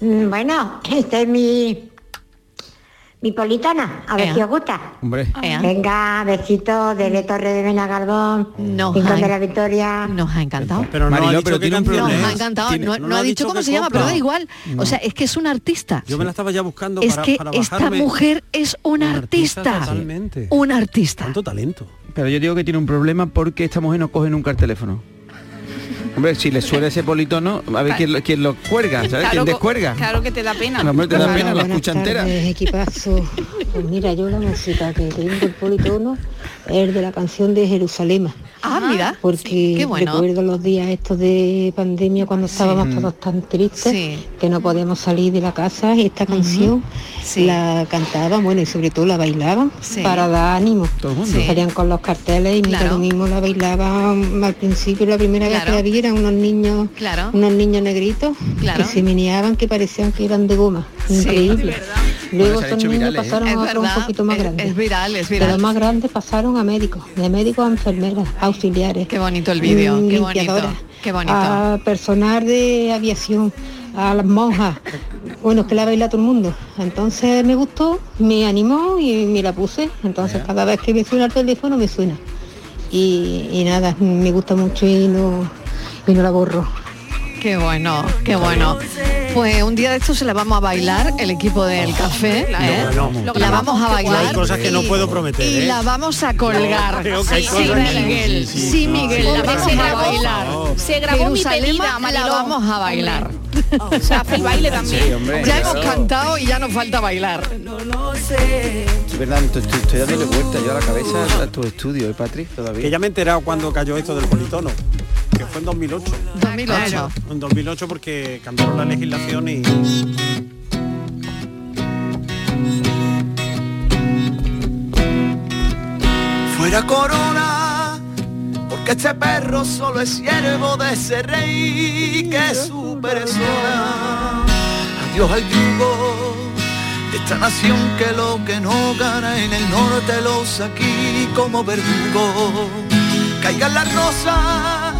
Mm, Bueno, este es mi mi politona, a ver
Ea. Mm.
si os gusta.
Hombre.
Venga, besito de la Torre de Benagarbón,
Nos
Rincón
ha-
de la Victoria.
Nos ha encantado.
Pero no ha
Mariló,
dicho
pero
que
tiene un
canción
problema.
es.
nos ha encantado.
Tiene-
no,
no
no ha
ha
dicho
dicho
cómo
que
se llama, pero
copla.
da igual. O sea, es que es un artista.
Yo me la estaba ya buscando
Es
para,
que
para
esta
bajarme.
mujer es una artista.
Totalmente.
Un artista.
Tanto talento.
Pero yo digo que tiene un problema porque esta mujer no coge nunca el teléfono. Hombre, si le suena ese politono, a ver quién lo, quién lo cuelga, ¿sabes? ¿Quién
co-
descuelga?
Claro que te da pena.
La mujer te da
Claro.
pena, la
buenas
escucha entera.
tardes.
Pues, equipazo. Pues mira, yo la música que tengo el politono es el de la canción de Jerusalema.
Ah, mira.
Porque
qué bueno.
recuerdo los días estos de pandemia cuando estábamos
Mm.
todos tan tristes, que no podíamos salir de la casa y esta canción la cantaban, bueno, y sobre todo la bailaban
Sí.
para dar ánimo.
mundo. Sí.
Salían con los carteles y mira,
Claro.
lo mismo la bailaban al principio, la primera
Claro.
vez que la vi eran unos niños,
Claro.
unos niños negritos
Claro.
que se meneaban que parecían que eran de goma.
Sí,
Increíble.
de
Luego
Bueno, se han
estos
hecho
niños
virales, ¿eh?
pasaron
Es
a otros
verdad,
un poquito más
es-
grandes.
es viral, es
De
viral.
los más grandes pasaron a médicos, de médicos a enfermeras, a auxiliares.
Qué bonito el vídeo,
mm,
qué bonito,
limpiadoras,
qué bonito.
A personal de aviación, a las monjas. Bueno, es que la baila todo el mundo. Entonces me gustó, me animó y me la puse. Entonces cada vez que me suena el teléfono me suena. Y, y nada, me gusta mucho y no, y no la borro.
Qué bueno, qué bueno. Pues un día de esto se la vamos a bailar el equipo del café. ¿eh?
bueno.
la vamos a bailar.
Hay cosas que no
y-
puedo prometer.
Y
¿eh?
la vamos a colgar.
Creo que hay
sí,
cosas que-
Miguel.
sí, sí,
Sí,
sí.
Miguel.
No,
La
sí,
vamos
se
a
grabó.
bailar.
Se grabó mi
Jerusalén
pedida,
la
Mariló.
vamos a bailar.
O sea, hace el baile también.
Sí, hombre,
ya
claro.
hemos cantado y ya nos falta bailar.
Es verdad, estoy, estoy- estoy dándole vuelta yo a la cabeza a tu estudio, ¿eh, Patrick? Todavía.
Que ya me he enterado cuando cayó esto del politono, que fue en 2008.
2008.
En 2008 porque cambiaron la legislación y...
Fuera corona, porque este perro solo es siervo de ese rey que es su persona. Adiós al yugo de esta nación que lo que no gana en el norte los aquí como verdugo. Caigan las rosas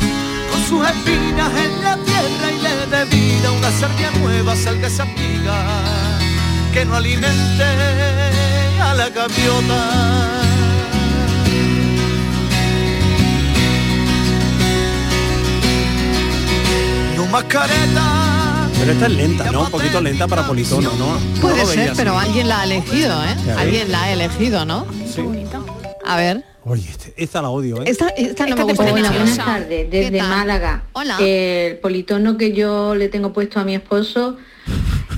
con sus espinas en la tierra y le dé vida una sardia nueva salga esa espiga que no alimente a la gaviota. No más careta,
Pero esta es lenta, ¿no? Un poquito lenta para politono, ¿no? No
Puede
lo veía
ser,
así.
pero alguien la ha elegido, ¿eh?
Ya ves.
Alguien la ha elegido, ¿no?
Sí.
A ver.
Oye, este- esta la odio, ¿eh?
Esta, esta no me gusta
Hola,
mucho.
buenas tardes,
¿Qué
desde
tal?
Málaga.
Hola.
El politono que yo le tengo puesto a mi esposo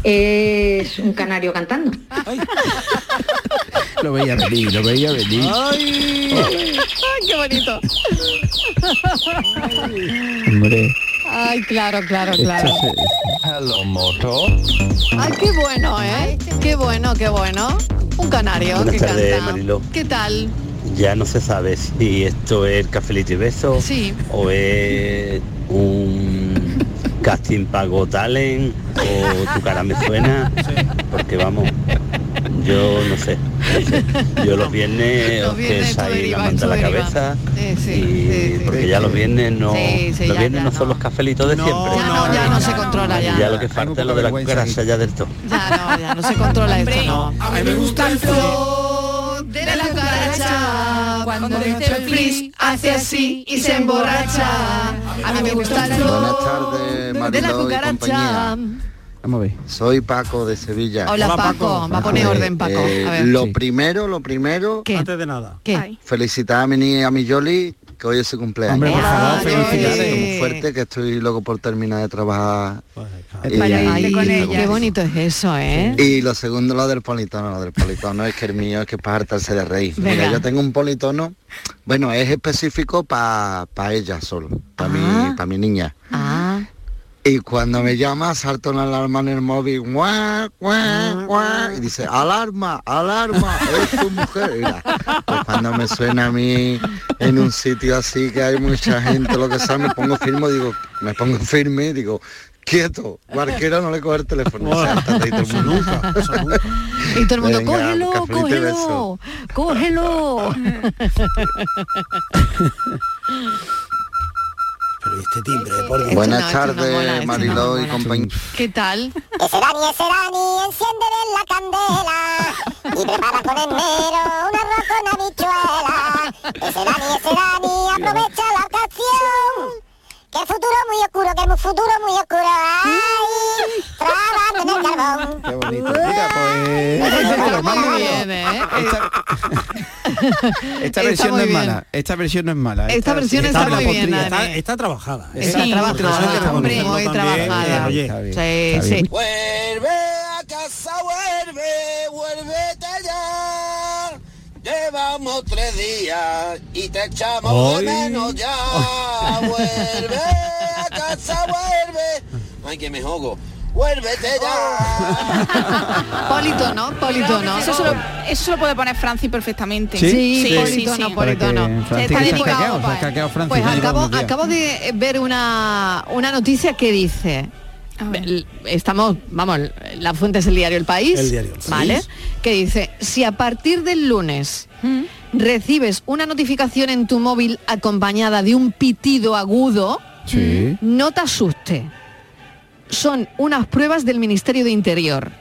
eh,
es un canario cantando.
Lo veía venir, lo veía venir.
¡Ay! ¡Qué bonito!
Hombre.
¡Ay, claro, claro, claro!
Hello, motor.
¡Ay, qué bueno, eh! ¡Qué bueno, qué bueno! Un canario
Buenas
que
tardes,
canta.
Mariló.
¿Qué tal?
Ya no se sabe si esto es cafelito y beso
Sí.
o es un casting pago talent o tu cara me suena, porque vamos, yo no sé. Yo los viernes,
Los viernes
ustedes
tú
ahí la
derivas,
manta a la
tú derivas.
cabeza.
Eh, sí,
y
sí, sí.
porque ya los viernes no,
Sí, sí,
los
ya,
viernes
ya,
no son los cafelitos de siempre.
Ya no, ya no se controla ya.
Y ya lo que falta es lo de la grasa ya del todo.
Ya Ah, no, ya no se controla esto. No.
A mí me gusta el
flow de la cucaracha. Cuando dice el frizz hace así y se emborracha. A mí me gusta el flow
Buenas tardes,
de la
Mariló y compañía.
cucaracha.
Vamos a ver. Soy Paco de Sevilla.
Hola, Hola, Paco. Paco. Va a poner orden, Paco. A
eh,
ver.
Lo
Sí.
primero, lo primero.
Antes de nada.
¿Qué?
Felicitar a mi niña, a mi Yoli, que hoy es su cumpleaños.
Hombre, por favor, Ay,
felicidades.
Yoli.
Muy fuerte, que estoy loco por terminar de trabajar.
Pues,
Y-
Ay,
y-
qué bonito es eso, ¿eh?
y lo segundo, lo del politono, lo del politono es que el mío es que es para hartarse de reír. Mira,
Venga.
yo tengo un politono, bueno, es específico para ella solo, para
Ah.
mi, pa' mi niña. Y cuando me llama, salta una alarma en el móvil, guau, guau, guau, y dice, alarma, alarma, es tu mujer. Mira, pues cuando me suena a mí en un sitio así que hay mucha gente, lo que sea, me pongo firme, digo, me pongo firme, y digo, quieto, cualquiera no le coge el teléfono. O sea, hasta ahí todo el mundo.
Y todo el mundo,
Venga,
cógelo,
cafelito
cógelo,
y
cógelo.
Pero ¿y este timbre, por Dios.
Buenas tardes, Mariló y compañía.
¿Qué tal?
Ese Dani, ese Dani, enciende bien la candela y prepara con enero un arroz con habichuela. Ese Dani, ese Dani, aprovecha la ocasión. Que el futuro muy oscuro, que el futuro muy oscuro. Ay, trabajando en el carbón.
Qué bonito. Mira, pues.
Muy bien, ¿eh?
Esta versión no
muy
es
bien.
mala. Esta versión no es mala.
Esta versión está muy bien,
Está,
Dani.
está trabajada. ¿eh?
Está trabajada,
Está
hombre,
bonito
muy
también, eh,
trabajada.
oye.
Sí,
está
sí.
bien.
Vuelve a casa, vuelve, vuélvete ya. Llevamos tres días y te echamos
Ay.
de menos ya. Vuelve a casa, vuelve. Ay, que me jogo. Vuélvete ya.
Politono, politono.
Eso
Eso
se
se
lo-
puede poner Franci perfectamente.
Sí, politono, politono.
Está
Está dedicado,
dedicado.
pues. Pues acabo, acabo de eh, ver una, una noticia que dice. el- Estamos, vamos, la fuente es el diario El País,
El diario El País.
¿vale? Que dice, si a partir del lunes recibes una notificación en tu móvil acompañada de un pitido agudo,
Sí.
no te asuste. Son unas pruebas del Ministerio de Interior.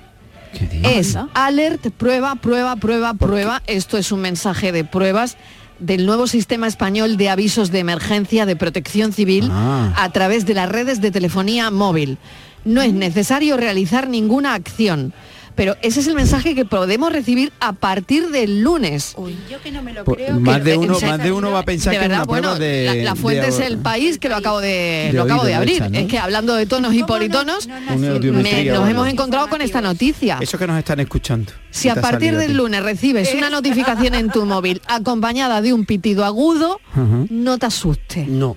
Es alert, prueba, prueba, prueba, prueba. Esto es un mensaje de pruebas del nuevo sistema español de avisos de emergencia de protección civil
Ah.
a través de las redes de telefonía móvil. No es necesario realizar ninguna acción. Pero ese es el mensaje que podemos recibir a partir del lunes.
Yo que no me lo
Pues,
creo.
más
que-
de uno,
o sea,
más de uno va a pensar
de
que es
verdad,
una
bueno,
prueba de.
la, la fuente
de-
es el país que lo acabo de,
De
lo acabo de
oído,
abrir.
hecha, ¿no?
Es que hablando de tonos y politonos,
Una
me-
audiometría,
nos
bueno.
hemos encontrado con esta noticia.
Eso que nos están escuchando.
Si a
Te ha
partir
salido
del
ti.
lunes recibes una notificación en tu móvil acompañada de un pitido agudo,
Ajá.
no te asustes.
No.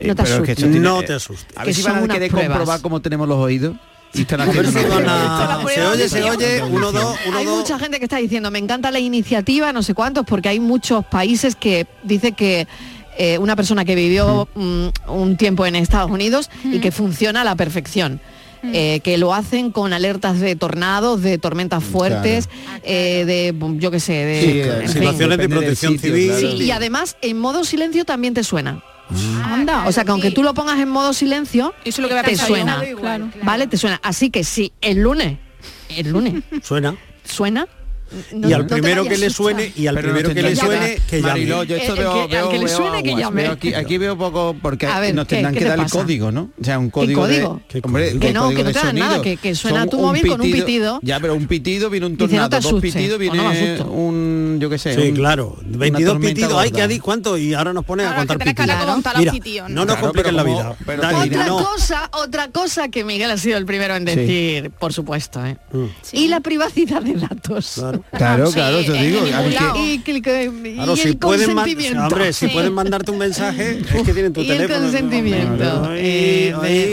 Eh,
No te
pero es que
asustes.
esto tiene-
No te asustes.
A
Que
ver si
son
van a
unas
querer
pruebas.
comprobar cómo tenemos los oídos. Y están
A ver si
haciendo una
van
prueba.
a- Esto la prueba se oye, de se audición. oye, uno, dos,
hay mucha gente que está diciendo, me encanta la iniciativa, no sé cuántos, porque hay muchos países que dice que eh, una persona que vivió mm, un tiempo en Estados Unidos y que funciona a la perfección. eh, que lo hacen con alertas de tornados, de tormentas fuertes, eh, de, bom, yo qué sé, de...
Ah, Sí,
en
eh,
fin.
situaciones de protección civil.
Sí, y además en modo silencio también te suena.
Ah,
Anda, o sea que aunque tú lo pongas en modo silencio,
Eso es lo que me ha
te
pasado yo.
suena.
Claro.
Vale, te suena. Así que sí, el lunes, el lunes,
Suena.
suena. No-
y
no
al
te
primero
vayas
que
a
le
asustar.
suene y al
Pero
primero
nos
que le
tendrán
suene
dar-
que llame.
Mariló, yo esto
El- el
veo,
que- al
veo-
que le
veo
suene, que
aguas,
llame.
veo aquí, aquí veo poco porque
A ver,
nos
¿qué-
tendrán
qué
que
te
dar
pasa?
el código, ¿no? O sea, un código,
código?
de hombre,
Que
de
no,
código
que no
de
te dan nada,
sonido.
que- que suena
Son
tu móvil con un pitido.
Ya, pero un pitido viene un
Dice, no
tornado,
te
dos
asustes,
pitidos
o no me
viene
asusto.
un yo qué sé,
Sí,
un-
claro.
una
22
tormenta
pitidos, hay que
gorda.
adi cuánto y ahora nos ponen a contar pitidos.
contar los
Mira,
pitidos, ¿no?
no nos
Claro,
compliquen la
pero
vida.
como- pero
Dani,
te dirán,
Otra
no.
cosa, otra cosa que Miguel ha sido el primero en
Sí.
decir, por supuesto, ¿eh?
Mm.
y la privacidad de datos.
Claro, claro, yo digo, a ver que-
Y, que- que- y
Claro,
el
si pueden, man-
consentimiento.
hombre, si
Sí.
pueden mandarte un mensaje, es que tienen tu
Y el
teléfono.
consentimiento. Eh,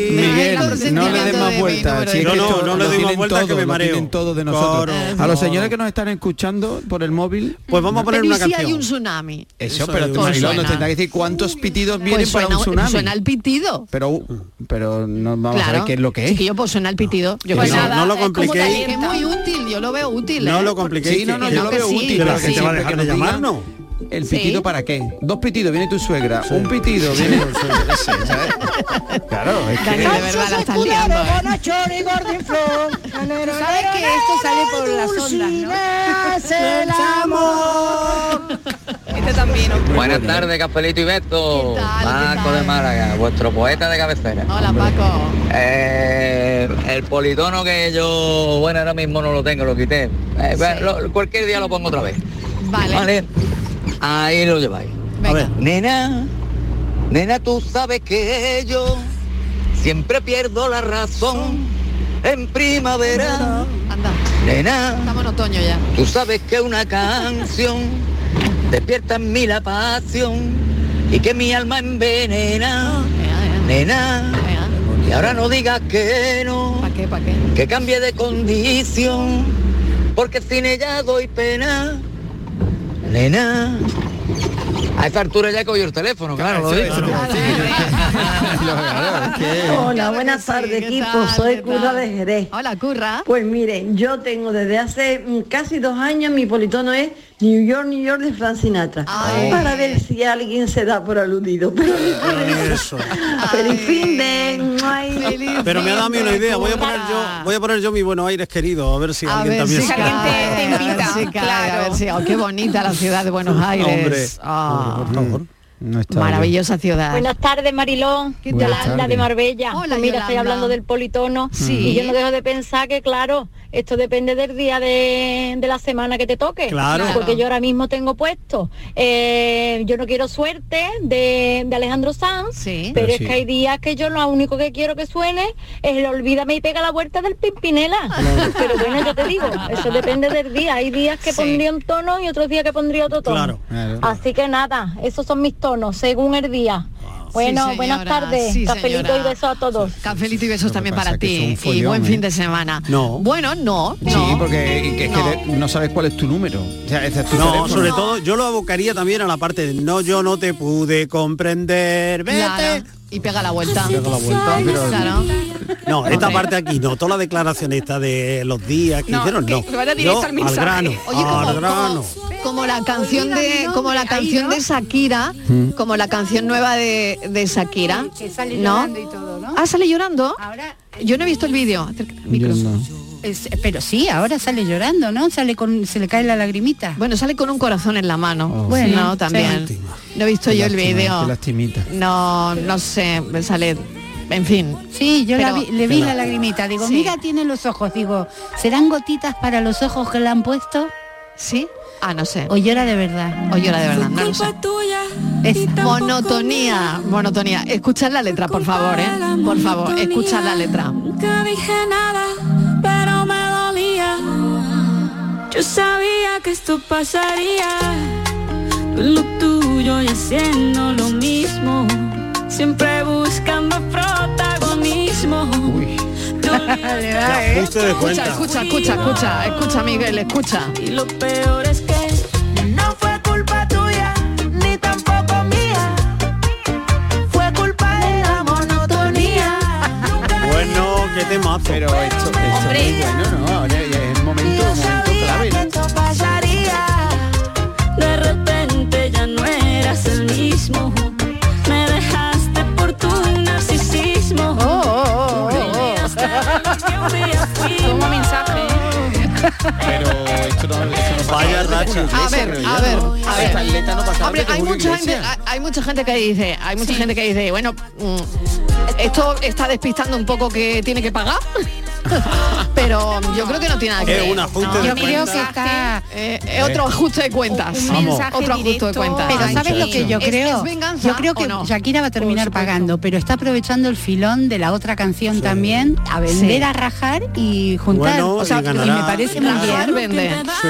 Miguel, no le des más vueltas. si es
No,
que
no,
esto
no
lo
le doy más
tienen
vueltas que
todo,
me
lo
mareo.
tienen todo de nosotros.
Claro.
a los señores que nos están escuchando por el móvil,
pues vamos
Pero ¿y si hay un tsunami?
Eso,
Eso
pero
es
tú,
un
Mariló,
suena.
nos tendrá que decir cuántos pitidos
Pues
vienen para
suena,
un tsunami.
suena el pitido.
Pero, pero no vamos a
claro.
ver qué es lo que es.
Chiquillo, pues suena el pitido. Yo
Pues
creo que
nada,
es
no lo
como
compliquéis.
que es muy útil, yo lo veo útil.
No
¿eh?
lo
Porque
hombre, que
Sí, no, no,
que-
yo lo
que
veo
sí,
útil.
que
pero
la gente va a
siempre
dejar
que
de
nos digan
llamarnos.
¿El
Sí.
pitido para qué? Dos pitidos, viene tu suegra. Un pitido, viene... no sé, ¿sabes? Claro, es que...
Daniel, de verdad, la estás liando, ¿eh?
Tú sabes que esto sale por las ondas, ¿no? el amor.
Este también. hombre.
Buenas tardes, Capelito y Beto. Paco de Málaga, vuestro poeta de cabecera.
Hola, Paco.
Eh, el politono que yo, bueno, ahora mismo no lo tengo, lo quité. Eh, lo- cualquier día lo pongo otra vez.
Vale.
Ahí lo lleváis.
A ver.
Nena, nena, tú sabes que yo siempre pierdo la razón en primavera.
Anda.
Nena.
Estamos en otoño ya.
Tú sabes que una canción despierta en mí la pasión y que mi alma envenena, nena. Y ahora no digas que no,
qué, pa' qué?
que cambie de condición, porque sin ella doy pena, nena. A esta altura ya cogió el teléfono, claro, lo digo.
Hola, buenas tardes equipo, soy Curra de Jerez.
Hola, Curra.
Pues miren, yo tengo desde hace mm, casi dos años, mi politono es New York, New York de Frank Sinatra. Oh. Para ver si alguien se da por aludido. Pero
Eh,
ni por eso. Feliz fin de... Ay.
Pero me ha dado a mí una idea, voy a poner yo, voy a poner yo mi Buenos Aires querido, a ver si alguien
ver
también
si
se-
alguien te, invita. claro. oh, qué bonita la ciudad de Buenos Aires. Ah,
Mm.
maravillosa ciudad.
Buenas tardes, Marilón.
Buenas
Yolanda
tardes.
de Marbella. Pues
Hola,
Mira, estoy
Yolanda.
hablando del politono y yo no dejo de pensar que, claro, esto depende del día de, de la semana que te toque.
Claro.
Porque
Claro.
yo ahora mismo tengo puesto eh, Yo no quiero suerte de, de Alejandro Sanz, pero
Ah,
es
sí.
que hay días que yo lo único que quiero que suene es el Olvídame y pega la vuelta del Pimpinela. Pero bueno, yo te digo, eso depende del día. Hay días que pondría un tono y otros días que pondría otro tono.
Claro, claro.
Así que nada, esos son mis tonos, según el día. Bueno,
Sí,
buenas
señora,
tardes.
sí,
Cafelito
señora.
y besos a todos.
Cafelito y besos también
pasa
para
es que es
ti.
un
y
follón,
buen
¿eh?
fin de semana.
No.
Bueno, no,
Sí,
no.
porque y que es que
No.
de- no. sabes cuál es tu número. O sea, este es tu
No,
teléfono.
sobre todo yo lo abocaría también a la parte de no, yo no te pude comprender. Vete.
Claro, Y pega la vuelta.
Pega la vuelta, pero-
Claro.
No, esta parte aquí no, toda la declaración esta de los días que
No,
hicieron,
que
no.
vaya directo
Yo,
al mensaje.
grano, Ah,
Oye, como-
al
como-
grano.
Como la canción de como la canción de Shakira,
Mm.
como la canción nueva de, de Shakira,
Que sale
¿no?
llorando y todo, ¿no?
Ah, sale llorando. Yo no he visto el vídeo. Acércate.
Es- pero sí, ahora sale llorando, ¿no? Sale con, se le cae la lagrimita. Oh.
Bueno, sale con un corazón en la mano.
Bueno,
Bueno, también.
sí.
No he visto
Qué
yo el
lástima,
vídeo.
qué lastimita.
No, no sé, me sale. En fin.
Sí, yo la
Pero-
vi- le vi la lagrimita. Digo, mira, tiene los ojos. Digo, ¿serán gotitas para los ojos que le han puesto?
Sí. Ah, no sé.
O llora de verdad.
O llora de verdad. No lo sé. Es monotonía, monotonía. Escuchad la letra, por favor, ¿eh? Por favor, escuchad la letra.
Nunca dije nada, pero me dolía. Yo sabía que esto pasaría. Tú en lo tuyo y haciendo lo mismo. Siempre buscando protagonismo. Te olvidas que-
eh. Escucha, escucha, escucha, escucha, escucha, Miguel, escucha.
Y lo peor es que no fue culpa tuya, ni tampoco mía. Fue culpa de la monotonía.
Bueno, qué temazo. Pero
esto,
Hombre.
bueno, no, ahora ya es el momento,
Yo
momento
sabía
clave.
que esto pasaría. De repente ya no eras el mismo. Me dejaste por tu narcisismo.
Oh,
Olvidaste de lo que un día fuimos.
Pero esto no, esto no Vaya racha.
A ver, a ver, a ver.
Esta letra no pasaba
Hombre,
antes de
hay
Julio
mucha gente, ah,
Iglesias.
hay- hay mucha gente que dice, hay mucha gente que dice, bueno, mm, esto está despistando un poco que tiene que pagar. Pero yo creo que no tiene nada que
Es
ver.
un ajuste
No,
de
yo creo
cuentas.
que está eh, es otro ajuste de cuentas.
Un mensaje
otro ajuste de
directo.
cuentas.
Pero ¿sabes lo que yo
Es-
creo?
es venganza
yo creo
o
que
no?
Shakira va a terminar pagando, pero está aprovechando el filón de la otra canción también a vender
Sí.
a rajar y juntar.
Bueno,
o sea,
y ganará.
me parece muy
Rajar
bien.
vende.
Sí,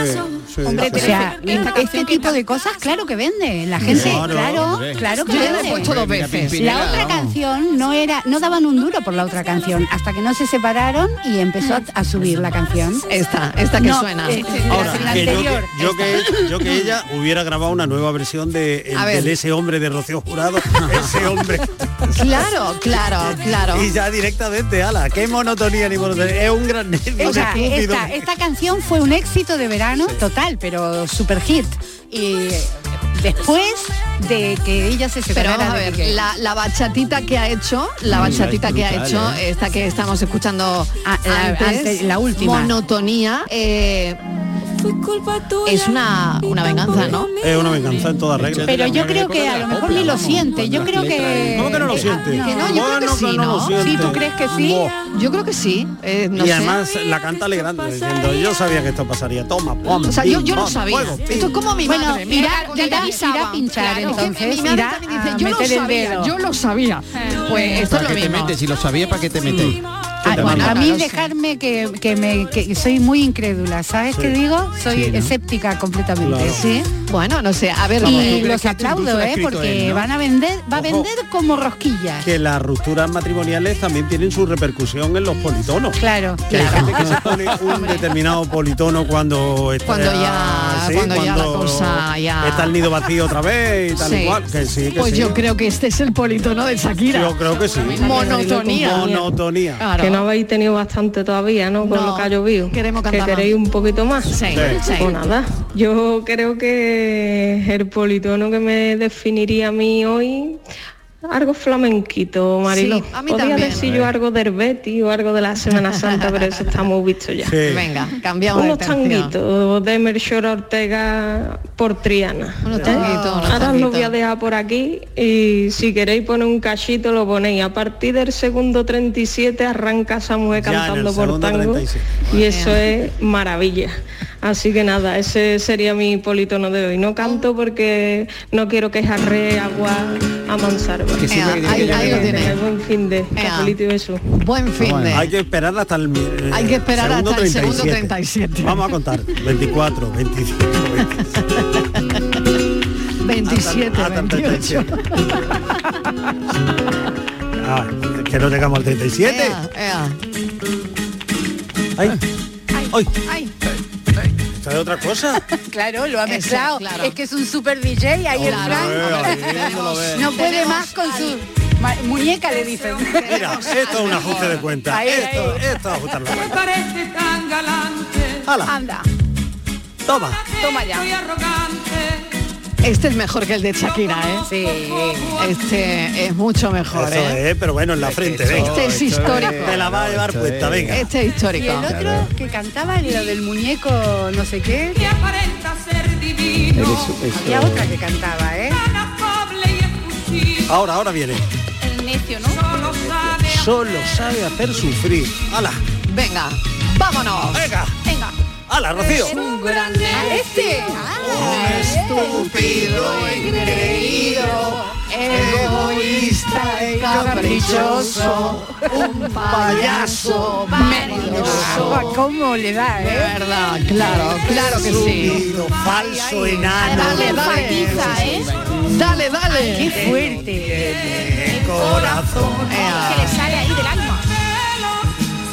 sí,
Hombre,
sí.
o sea, este tipo de cosas, claro que vende. La gente,
Claro,
claro,
hombre.
claro que
Yo ya
vende.
lo he puesto dos
Mira,
veces.
Pimpinela,
La otra
vamos.
canción no era, no daban un duro por la otra canción, hasta que no se separaron y empezó a, a subir la canción.
Esta, esta que
No,
suena. Oh,
eh,
Ahora,
la
que yo,
anterior.
Yo que, yo que ella hubiera grabado una nueva versión de, el-
A ver.
del ese hombre de Rocío Jurado, ese hombre.
Claro, claro, claro.
Y ya directamente, ala, qué monotonía ni monotonía. Es un gran nervio
O sea,
estúpido.
esta, esta canción fue un éxito de verano total, pero super hit. Y después de que ella se
Pero
separara
vamos a
de
ver,
Piqué.
la, la bachatita que ha hecho, la
Mm,
bachatita
es
que ha
brutal,
hecho, esta que estamos escuchando
la-
antes,
antes, la última.
monotonía, eh, es una, una venganza, ¿no?
Es una venganza en toda regla.
Pero yo creo que a lo mejor ni lo siente. Yo creo que.
¿Cómo que no lo
eh,
siente?
que no, yo creo que
Bueno,
sí,
lo
¿no?
siente.
Sí, ¿tú crees que sí?
Yo creo que sí. eh, no
y
sé.
además la canta alegrando, diciendo, yo sabía que esto pasaría, toma, pom,
O sea, yo,
pim,
yo lo
pom,
sabía.
fuego, pim.
Esto es como mi
Bueno,
madre.
irá-
algo,
irá-
me avisaba.
irá a pinchar,
Claro.
entonces,
Mi- mi madre
irá
también dice,
a
yo lo
meter el
sabía,
dedo".
yo lo sabía. Pues esto es
¿Para
lo
qué te
mismo. Ah,
metes? Si lo sabía, ¿para qué te metes?
A,
Tú también.
a mí dejarme que, que me que soy muy incrédula, ¿sabes
Sí.
qué digo? Soy
Sí, ¿no?
escéptica completamente.
Claro.
Sí.
Bueno, no sé, a ver,
Vamos, ¿tú
y
crees
los
que esto incluso
aplaudo,
lo ha
¿eh?
escrito
Porque
él, no?
van a vender, va a vender como rosquillas.
Que las rupturas matrimoniales también tienen su repercusión en los politonos.
Claro,
Que hay
claro.
gente que se pone un determinado politono cuando está,
Cuando ya- cuando ya la cosa ya-
está el nido vacío otra vez y tal
Sí.
y cual. Que sí, que
Pues
sí.
yo creo que este es el politono de Shakira.
Yo creo que sí.
Monotonía.
Monotonía.
Claro.
Que no habéis tenido bastante todavía, ¿no? Con
No,
lo que ha llovido.
queremos
que
cantar más.
queréis un poquito más.
Sí, sí.
Pues nada. Yo creo que el politono que me definiría a mí hoy algo flamenquito, Marilo.
Sí, a mí
Podría
también.
decir yo algo del Betty o algo de la Semana Santa, pero eso está muy visto ya.
Venga, cambiamos
Unos
de canción.
tanguitos de Melchor Ortega por Triana.
Unos tanguitos,
Ahora
unos
os lo voy a
tanguitos.
dejar por aquí y si queréis poner un cachito lo ponéis. A partir del segundo 37 arranca Samuel
Ya en el
cantando por
segundo
tango
37.
y eso es maravilla. Así que nada, ese sería mi politono de hoy. No canto porque no quiero que jarre agua a mansalva.
Que siempre
Eh,
que tiene que
ahí- ahí
llegar.
lo tenéis. Buen fin de cafelito y beso.
Buen fin de.
Hay que esperar hasta el eh,
Hay que esperar
segundo
hasta el segundo 37.
Vamos a contar. 24, 25,
27, 28.
Ah, que no llegamos al 37.
Ea, ea.
Ay, ay,
Ay,
¿está de otra cosa?
claro, lo ha
Eso,
mezclado.
claro.
Es que es un super DJ ahí el
Claro.
Frank. No puede más con su ma- muñeca le dicen.
Mira, esto es un ajuste de cuenta.
Ahí,
Esto,
ahí.
esto es ajustar la cuenta.
Este
parece tan galante.
Hala.
Anda,
Toma.
toma ya.
Este es mejor que el de Shakira, ¿eh? Sí. Este es mucho mejor,
Eso
¿eh?
es, pero bueno, en la frente, venga.
Este es histórico.
Te la va a llevar puesta, venga.
Este es
Y
histórico.
el otro que cantaba lo del muñeco no sé qué. Había otra que cantaba, ¿eh?
Ahora, ahora viene.
El necio, ¿no?
Solo sabe hacer sufrir. ¡Hala!
Venga, vámonos.
Venga.
Venga.
¡Hala, Rocío!
Un gran este.
Estúpido,
engreído,
egoísta y
caprichoso,
un
payaso
Ah, ¿Cómo le da,
De
eh?
verdad, claro, claro que sí.
Subido, falso enano.
Dale, dale. Dale, dale.
Qué fuerte.
Corazón.
Que le sale ahí del alma.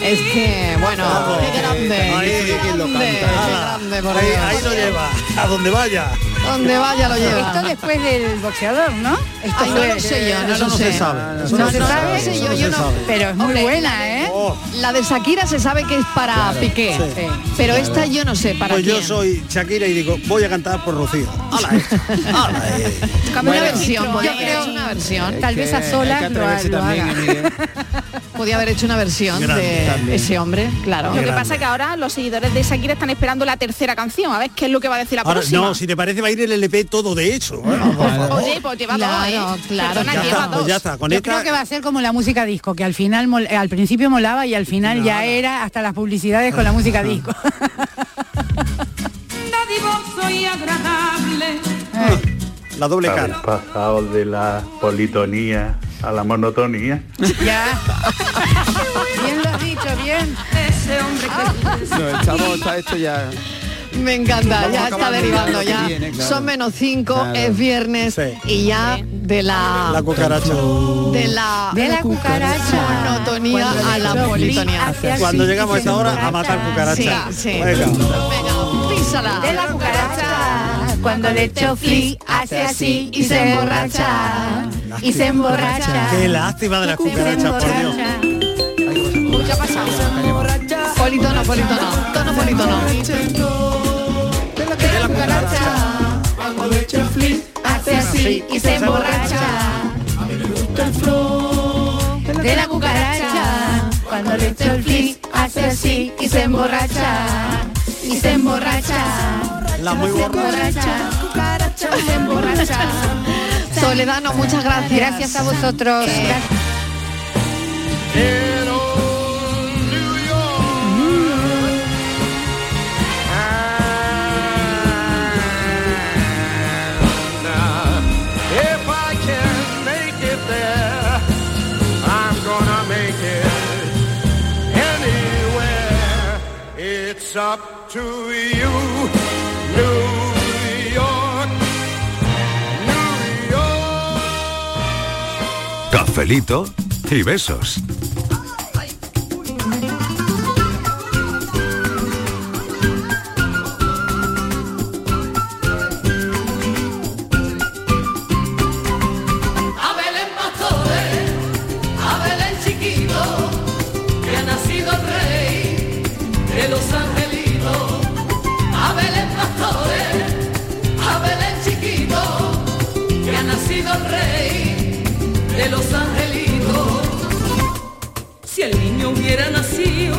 Es que, bueno,
Vamos.
qué grande.
Ahí
qué
sí que lo
grande,
canta.
qué
Ala.
grande, por
Ahí,
Dios.
ahí lo lleva, a donde vaya.
Donde vaya lo
Esto
lleva.
después del boxeador, ¿no? Esto
Ay, no
fue-
lo sé yo, no
Eso
lo
no se
sé.
sabe. Eso
No se sabe,
eso
sí, yo-
no
yo
se
no-
sabe.
Pero es muy
Hombre,
buena, ¿eh?
Oh,
La de Shakira se sabe que es para Piqué, eh,
sí.
pero esta yo no sé para
Pues
quién.
yo soy Shakira y digo, voy a cantar por Rocío. ¡Hala! esta, ¡Hala! eh.
Una
Bueno,
versión,
yo
podía haber
creo-
hecho una versión.
Tal
Que
vez a
hay que
solas lo,
atreverse
lo
también,
haga.
Miguel.
Podía haber hecho una versión
Grande
de
también.
ese hombre, claro.
Lo que
eh. Grande.
pasa es que ahora los seguidores de Shakira están esperando la tercera canción, a ver qué es lo que va a decir la
Ahora,
próxima.
no, si te parece va a ir el LP todo de hecho. ¿eh? Bueno, por favor.
Oye, pues lleva
Claro,
dos, ¿eh?
claro,
Perdona,
Ya
lleva
está, pues
dos.
ya está. Con
Yo
esta
creo que va a ser como la música disco, que al final mol- eh, al principio molaba y al final ya era hasta las publicidades con la música disco.
Dadivoso y agradable.
la doble
Habéis
cara.
pasado de la politonía a la monotonía.
ya. bien lo has dicho, bien.
Ese hombre que
No, el chavo está esto ya.
Ah. Me encanta,
Vamos
ya está
acabando
derivando
ya,
ya.
que viene, claro.
Son menos 5,
Claro.
es viernes
Sí.
y ya de la,
La cucaracha.
de la
De la cucaracha.
monotonía
Cuando
a la
le sopli
politonía.
hacia el
Cuando
fin y
llegamos a
se
esta hora, a matar
emborracha.
cucarachas.
Sí, sí.
Venga.
Venga, pis.
Piénsala.
De la cucaracha. Cuando le echo fli, hace así y se emborracha. Y se emborracha.
Qué lástima de las cucarachas, por Dios.
¿Qué ha pasado? Politono, politono. Tono politono.
De la cucaracha. Cuando le echo fli, hace así y se emborracha. De la cucaracha. Cuando le echo el fli, hace así y se emborracha. Y se emborracha.
La muy
borracha. Cucaracha, se emborracha.
Soledano, muchas gracias.
Gracias a vosotros. Gracias.
If I can make it there, I'm gonna make it anywhere. It's up to you, New York, New York.
Cafelito y besos.
A Belén Pastores, a Belén Chiquito, que ha nacido el rey de los angelitos. A Belén Pastores, a Belén Chiquito, que ha nacido el rey de los angelitos. Si el niño hubiera nacido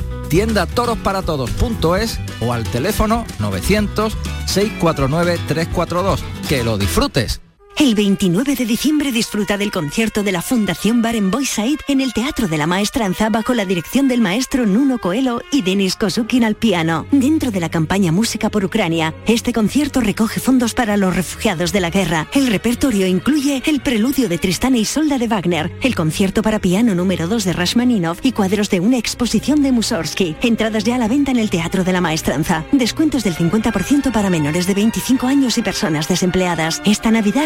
tiendatorosparatodos.es o al teléfono 900 649 342. Que lo disfrutes.
El 29 de diciembre disfruta del concierto de la Fundación Barenboim Said en el Teatro de la Maestranza bajo la dirección del maestro Nuno Coelho y Denis Kosukin al piano. Dentro de la campaña Música por Ucrania, este concierto recoge fondos para los refugiados de la guerra. El repertorio incluye el preludio de Tristán e Isolda de Wagner, el concierto para piano número 2 de Rashmaninov y cuadros de una exposición de Mussorgsky. Entradas ya a la venta en el Teatro de la Maestranza. Descuentos del 50% para menores de 25 años y personas desempleadas. Esta Navidad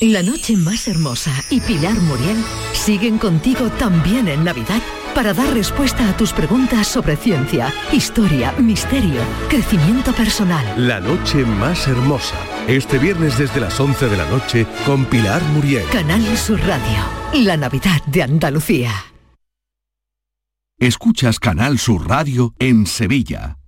La noche más hermosa y Pilar Muriel siguen contigo también en Navidad para dar respuesta a tus preguntas sobre ciencia, historia, misterio, crecimiento personal.
La noche más hermosa. Este viernes desde las 11 de la noche con Pilar Muriel.
Canal Sur Radio, la Navidad de Andalucía.
Escuchas Canal Sur Radio en Sevilla.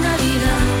Navidad,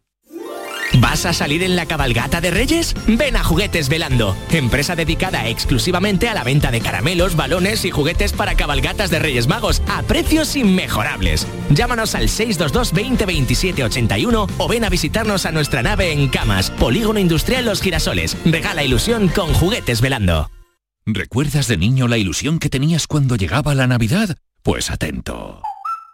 ¿Vas a salir en la cabalgata de Reyes? Ven a Juguetes Velando, empresa dedicada exclusivamente a la venta de caramelos, balones y juguetes para cabalgatas de Reyes Magos a precios inmejorables. Llámanos al 622 20 27 81 o ven a visitarnos a nuestra nave en Camas, Polígono Industrial Los Girasoles. Regala ilusión con Juguetes Velando.
¿Recuerdas de niño la ilusión que tenías cuando llegaba la Navidad? Pues atento.